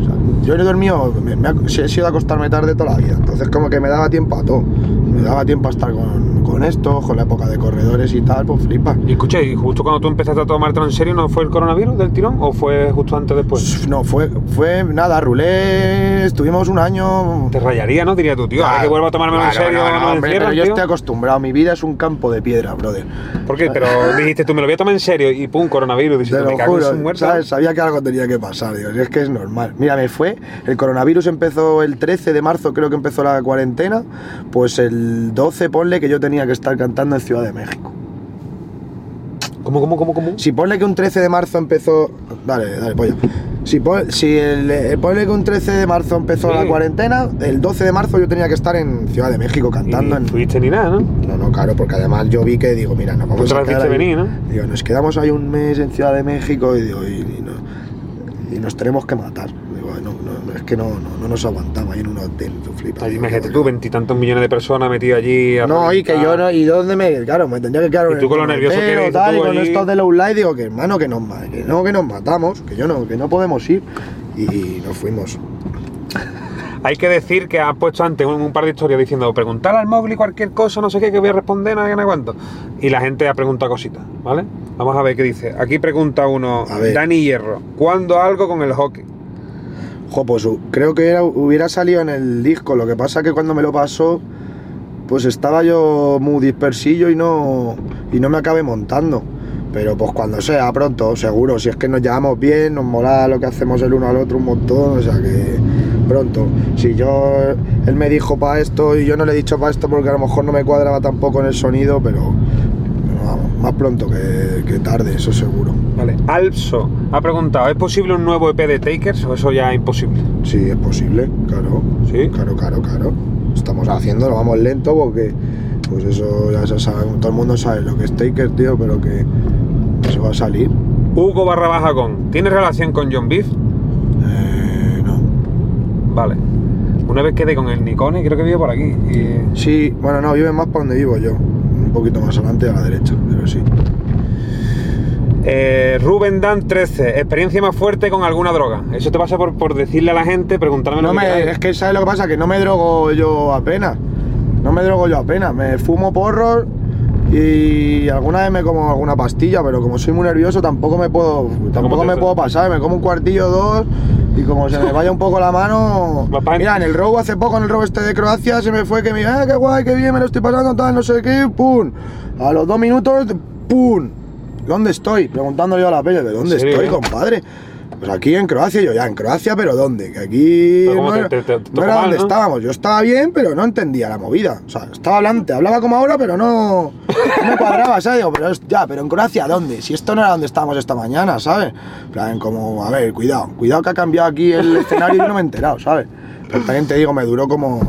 [SPEAKER 2] O sea, yo he dormido, me, me ha- si he sido a acostarme tarde toda la vida, entonces como que me daba tiempo a todo. Me daba tiempo a estar con, con esto, con la época de corredores y tal, pues flipa.
[SPEAKER 1] Y escucha, y justo cuando tú empezaste a tomártelo en serio, ¿no fue el coronavirus del tirón? ¿O fue justo antes después?
[SPEAKER 2] Pues no, fue, fue nada, rulé, estuvimos un año.
[SPEAKER 1] Te rayaría, ¿no? Diría tu tío, ahora que
[SPEAKER 2] Claro.
[SPEAKER 1] vuelvo a tomármelo en
[SPEAKER 2] Claro,
[SPEAKER 1] serio,
[SPEAKER 2] no, no,
[SPEAKER 1] no, me
[SPEAKER 2] hombre,
[SPEAKER 1] encierran,
[SPEAKER 2] pero yo
[SPEAKER 1] tío.
[SPEAKER 2] estoy acostumbrado. Mi vida es un campo de piedra, brother.
[SPEAKER 1] ¿Por qué? Pero dijiste, tú me lo voy a tomar en serio y pum, coronavirus. Dices,
[SPEAKER 2] Te
[SPEAKER 1] tú, me
[SPEAKER 2] lo
[SPEAKER 1] cago en su
[SPEAKER 2] juro,
[SPEAKER 1] muerta.
[SPEAKER 2] ¿sabes? Sabía que algo tenía que pasar, digo, si es que es normal. Mira, me fue, el coronavirus empezó el 13 de marzo, creo que empezó la cuarentena, pues el 12, ponle que yo tenía que estar cantando en Ciudad de México.
[SPEAKER 1] ¿Cómo, cómo, cómo, cómo?
[SPEAKER 2] Si ponle que un 13 de marzo empezó... Dale, dale, pollo. Si, pon- si el, eh, ponle que un 13 de marzo empezó
[SPEAKER 1] Sí.
[SPEAKER 2] la cuarentena, el 12 de marzo yo tenía que estar en Ciudad de México cantando
[SPEAKER 1] Y
[SPEAKER 2] en...
[SPEAKER 1] fuiste ni nada, ¿no?
[SPEAKER 2] No, no, claro, porque además yo vi que digo, mira, nos
[SPEAKER 1] Tú
[SPEAKER 2] vamos
[SPEAKER 1] te
[SPEAKER 2] a
[SPEAKER 1] lo
[SPEAKER 2] quedar
[SPEAKER 1] viste
[SPEAKER 2] ahí.
[SPEAKER 1] venir, ¿no?
[SPEAKER 2] Digo, nos quedamos ahí un mes en Ciudad de México y digo, y, y no- y nos tenemos que matar. Digo, no, no, es que no, no, no nos aguantamos ahí en un hotel, tú flipas.
[SPEAKER 1] Ay,
[SPEAKER 2] Digo,
[SPEAKER 1] imagínate
[SPEAKER 2] no,
[SPEAKER 1] tú, veintitantos millones de personas metidas allí. a
[SPEAKER 2] No, y que yo no, y dónde me, claro, me tendría que quedar
[SPEAKER 1] Y
[SPEAKER 2] en
[SPEAKER 1] tú con lo
[SPEAKER 2] el
[SPEAKER 1] nervioso que
[SPEAKER 2] hotel o
[SPEAKER 1] eres,
[SPEAKER 2] tal,
[SPEAKER 1] tú
[SPEAKER 2] y con
[SPEAKER 1] allí.
[SPEAKER 2] estos de los live digo que hermano que nos, ma- que no, que nos matamos, que yo no, que no podemos ir y nos fuimos.
[SPEAKER 1] Hay que decir que has puesto antes un, un par de historias diciendo preguntar al móvil cualquier cosa, no sé qué, que voy a responder, no sé qué, no sé cuánto. Y la gente ha preguntado cositas, ¿vale? Vamos a ver qué dice. Aquí pregunta uno,
[SPEAKER 2] A ver.
[SPEAKER 1] Dani Hierro, ¿cuándo algo con el hockey?
[SPEAKER 2] Jo, pues u- creo que era- hubiera salido en el disco. Lo que pasa que cuando me lo pasó, pues estaba yo muy dispersillo y no, y no me acabé montando. Pero pues cuando sea, pronto, seguro. Si es que nos llevamos bien, nos mola lo que hacemos el uno al otro un montón, o sea que pronto. Si yo, él me dijo para esto y yo no le he dicho para esto porque a lo mejor no me cuadraba tampoco en el sonido, pero, pero vamos, Más pronto que, que tarde, eso seguro.
[SPEAKER 1] Vale. Alpso ha preguntado, ¿es posible un nuevo EP de Takers o eso ya es imposible?
[SPEAKER 2] Sí, es posible, claro.
[SPEAKER 1] Sí.
[SPEAKER 2] Claro, claro, claro. Estamos haciéndolo, vamos lento porque, pues eso ya se sabe, todo el mundo sabe lo que es Taker, tío, pero que eso va a salir.
[SPEAKER 1] Hugo barra baja con, ¿tiene relación con John Beef?
[SPEAKER 2] Eh, no.
[SPEAKER 1] Vale. Una vez quedé con el Nikone, creo que vive por aquí. y-
[SPEAKER 2] Sí, bueno, no, vive más por donde vivo yo. Un poquito más adelante a la derecha, pero sí.
[SPEAKER 1] Eh, Rubén Dan 13, experiencia más fuerte con alguna droga. Eso te pasa por, por decirle a la gente, preguntarme lo
[SPEAKER 2] No
[SPEAKER 1] que
[SPEAKER 2] me,
[SPEAKER 1] queráis.
[SPEAKER 2] es que sabes lo que pasa, que no me drogo yo apenas. No me drogo yo apenas. Me fumo porros y alguna vez me como alguna pastilla, pero como soy muy nervioso tampoco me puedo, tampoco
[SPEAKER 1] te-
[SPEAKER 2] me puedo pasar. Me como un cuartillo o dos y como se me vaya un poco la mano.
[SPEAKER 1] Va pa-
[SPEAKER 2] Mira, en el robo hace poco, en el robo este de Croacia, se me fue que me ah, qué guay, qué bien, me lo estoy pasando, tal, no sé qué, pum. A los dos minutos, pum. ¿Dónde estoy? Preguntando yo a la pelle, ¿de dónde
[SPEAKER 1] ¿En serio,
[SPEAKER 2] estoy,
[SPEAKER 1] eh?
[SPEAKER 2] compadre? Pues aquí en Croacia, yo ya, en Croacia, pero ¿dónde? Que aquí
[SPEAKER 1] Pero como
[SPEAKER 2] no
[SPEAKER 1] te-
[SPEAKER 2] era,
[SPEAKER 1] te- te
[SPEAKER 2] no
[SPEAKER 1] tocó
[SPEAKER 2] era
[SPEAKER 1] mal,
[SPEAKER 2] donde
[SPEAKER 1] ¿no?
[SPEAKER 2] estábamos. Yo estaba bien, pero no entendía la movida. O sea, estaba hablando, te hablaba como ahora, pero no, no me cuadraba, ¿sabes? Digo, pero es- ya, pero en Croacia, ¿dónde? Si esto no era donde estábamos esta mañana, ¿sabes? En plan, como, a ver, cuidado, cuidado que ha cambiado aquí el escenario y yo no me he enterado, ¿sabes? Pero también te digo, me duró como,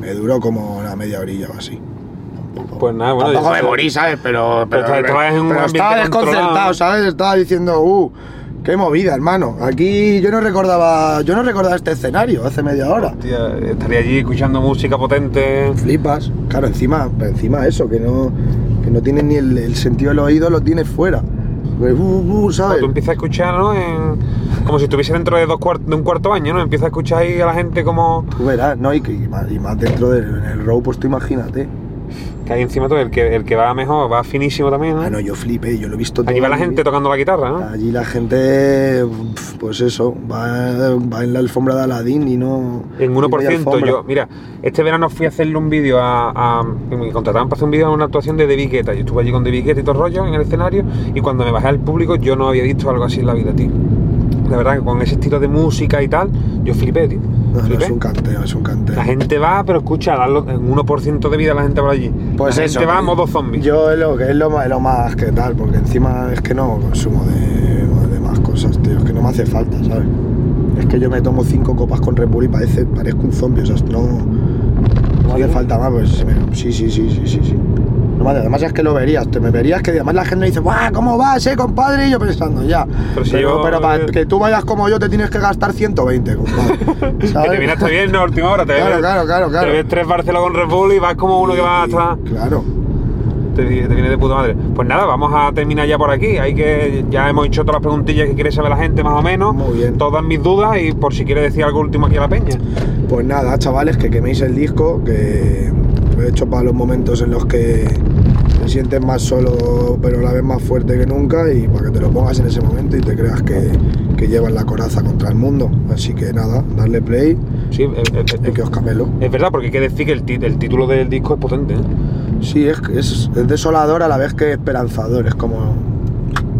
[SPEAKER 2] me duró como una media orilla o así.
[SPEAKER 1] Pues nada, bueno.
[SPEAKER 2] Tampoco
[SPEAKER 1] ya-
[SPEAKER 2] me morí, ¿sabes? Pero, pero,
[SPEAKER 1] Pero estabas en un
[SPEAKER 2] pero
[SPEAKER 1] ambiente
[SPEAKER 2] estaba
[SPEAKER 1] controlado.
[SPEAKER 2] desconcertado, ¿sabes? Estaba diciendo, uh, qué movida, hermano. Aquí yo no recordaba, yo no recordaba este escenario hace media hora.
[SPEAKER 1] Hostia, estaría allí escuchando música potente.
[SPEAKER 2] Flipas. Claro, encima, pero encima eso, que no, que no tienes ni el, el sentido del oído, lo tienes fuera. Uh, uh, uh,
[SPEAKER 1] Cuando
[SPEAKER 2] ¿sabes?
[SPEAKER 1] Tú empiezas a escuchar, ¿no? En- como si estuviese dentro de, dos cuart- de un cuarto baño, ¿no? Empiezas a escuchar ahí a la gente como.
[SPEAKER 2] Tú verás, ¿no? Y, que- y más, y más dentro del en el row, pues tú imagínate.
[SPEAKER 1] Que ahí encima todo, el que, el que va mejor va finísimo también, ¿no?
[SPEAKER 2] Ah, no, Ah. yo flipé, yo lo he visto
[SPEAKER 1] Allí
[SPEAKER 2] todo
[SPEAKER 1] va la
[SPEAKER 2] en mi
[SPEAKER 1] gente tocando la guitarra, ¿no?
[SPEAKER 2] Allí la gente, pf, pues eso, va, va en la alfombra de Aladín y no.
[SPEAKER 1] En
[SPEAKER 2] y no hay
[SPEAKER 1] 1%,
[SPEAKER 2] alfombra.
[SPEAKER 1] yo, mira, este verano fui a hacerle un vídeo a, a- Me contrataban para hacer un vídeo a una actuación de De Viqueta. Yo estuve allí con De Viqueta y todo el rollo en el escenario. Y cuando me bajé al público, yo no había visto algo así en la vida, tío. La verdad que con ese estilo de música y tal, yo flipé, tío.
[SPEAKER 2] No, no,
[SPEAKER 1] Flipé.
[SPEAKER 2] es un canteo, es un canteo.
[SPEAKER 1] La gente va, pero escucha, darlo- en 1% de vida la gente va allí.
[SPEAKER 2] Pues
[SPEAKER 1] la
[SPEAKER 2] eso.
[SPEAKER 1] gente va a modo zombie.
[SPEAKER 2] Yo es lo que es lo más, lo más que tal, porque encima es que no consumo de, de más cosas, tío. Es que no me hace falta, ¿sabes? Es que yo me tomo cinco copas con Red Bull y parece, parezco un zombie, o sea, no, no me hace falta más, pues me- sí, sí, sí, sí, sí, sí. No me hace- además es que lo verías, te me verías que además la gente dice, ¡guau! ¿Cómo vas, eh, compadre? Y yo pensando, ya.
[SPEAKER 1] Pero si yo- eh
[SPEAKER 2] para que tú vayas como yo te tienes que gastar 120, compadre.
[SPEAKER 1] que te
[SPEAKER 2] ¿sabes?
[SPEAKER 1] viene hasta bien, ¿no? A Última hora, te
[SPEAKER 2] Claro,
[SPEAKER 1] ves,
[SPEAKER 2] claro, claro, claro.
[SPEAKER 1] Te ves tres Barcelona con Red Bull y vas como uno que va
[SPEAKER 2] Y-
[SPEAKER 1] hasta.
[SPEAKER 2] Claro.
[SPEAKER 1] Te, vi- te viene de puta madre. Pues nada, vamos a terminar ya por aquí. Hay que ya hemos hecho todas las preguntillas que quiere saber la gente más o menos.
[SPEAKER 2] Muy bien.
[SPEAKER 1] Todas mis dudas y por si quiere decir algo último aquí a la peña.
[SPEAKER 2] Pues nada, chavales, que queméis el disco, que lo he hecho para los momentos en los que te sientes más solo, pero a la vez más fuerte que nunca, y para que te lo pongas en ese momento y te creas que, que llevas la coraza contra el mundo. Así que nada, darle play
[SPEAKER 1] Sí, es, es-
[SPEAKER 2] y que os camelo.
[SPEAKER 1] es verdad, porque hay que decir que el, ti- el título del disco es potente. ¿eh?
[SPEAKER 2] Sí, es, es, es desolador a la vez que esperanzador, es como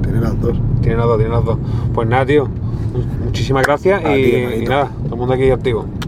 [SPEAKER 2] tener las dos.
[SPEAKER 1] Tiene las dos, tiene las dos. Pues nada, tío. Muchísimas gracias
[SPEAKER 2] A ti,
[SPEAKER 1] y, y
[SPEAKER 2] hermanito.
[SPEAKER 1] nada, todo el mundo aquí activo.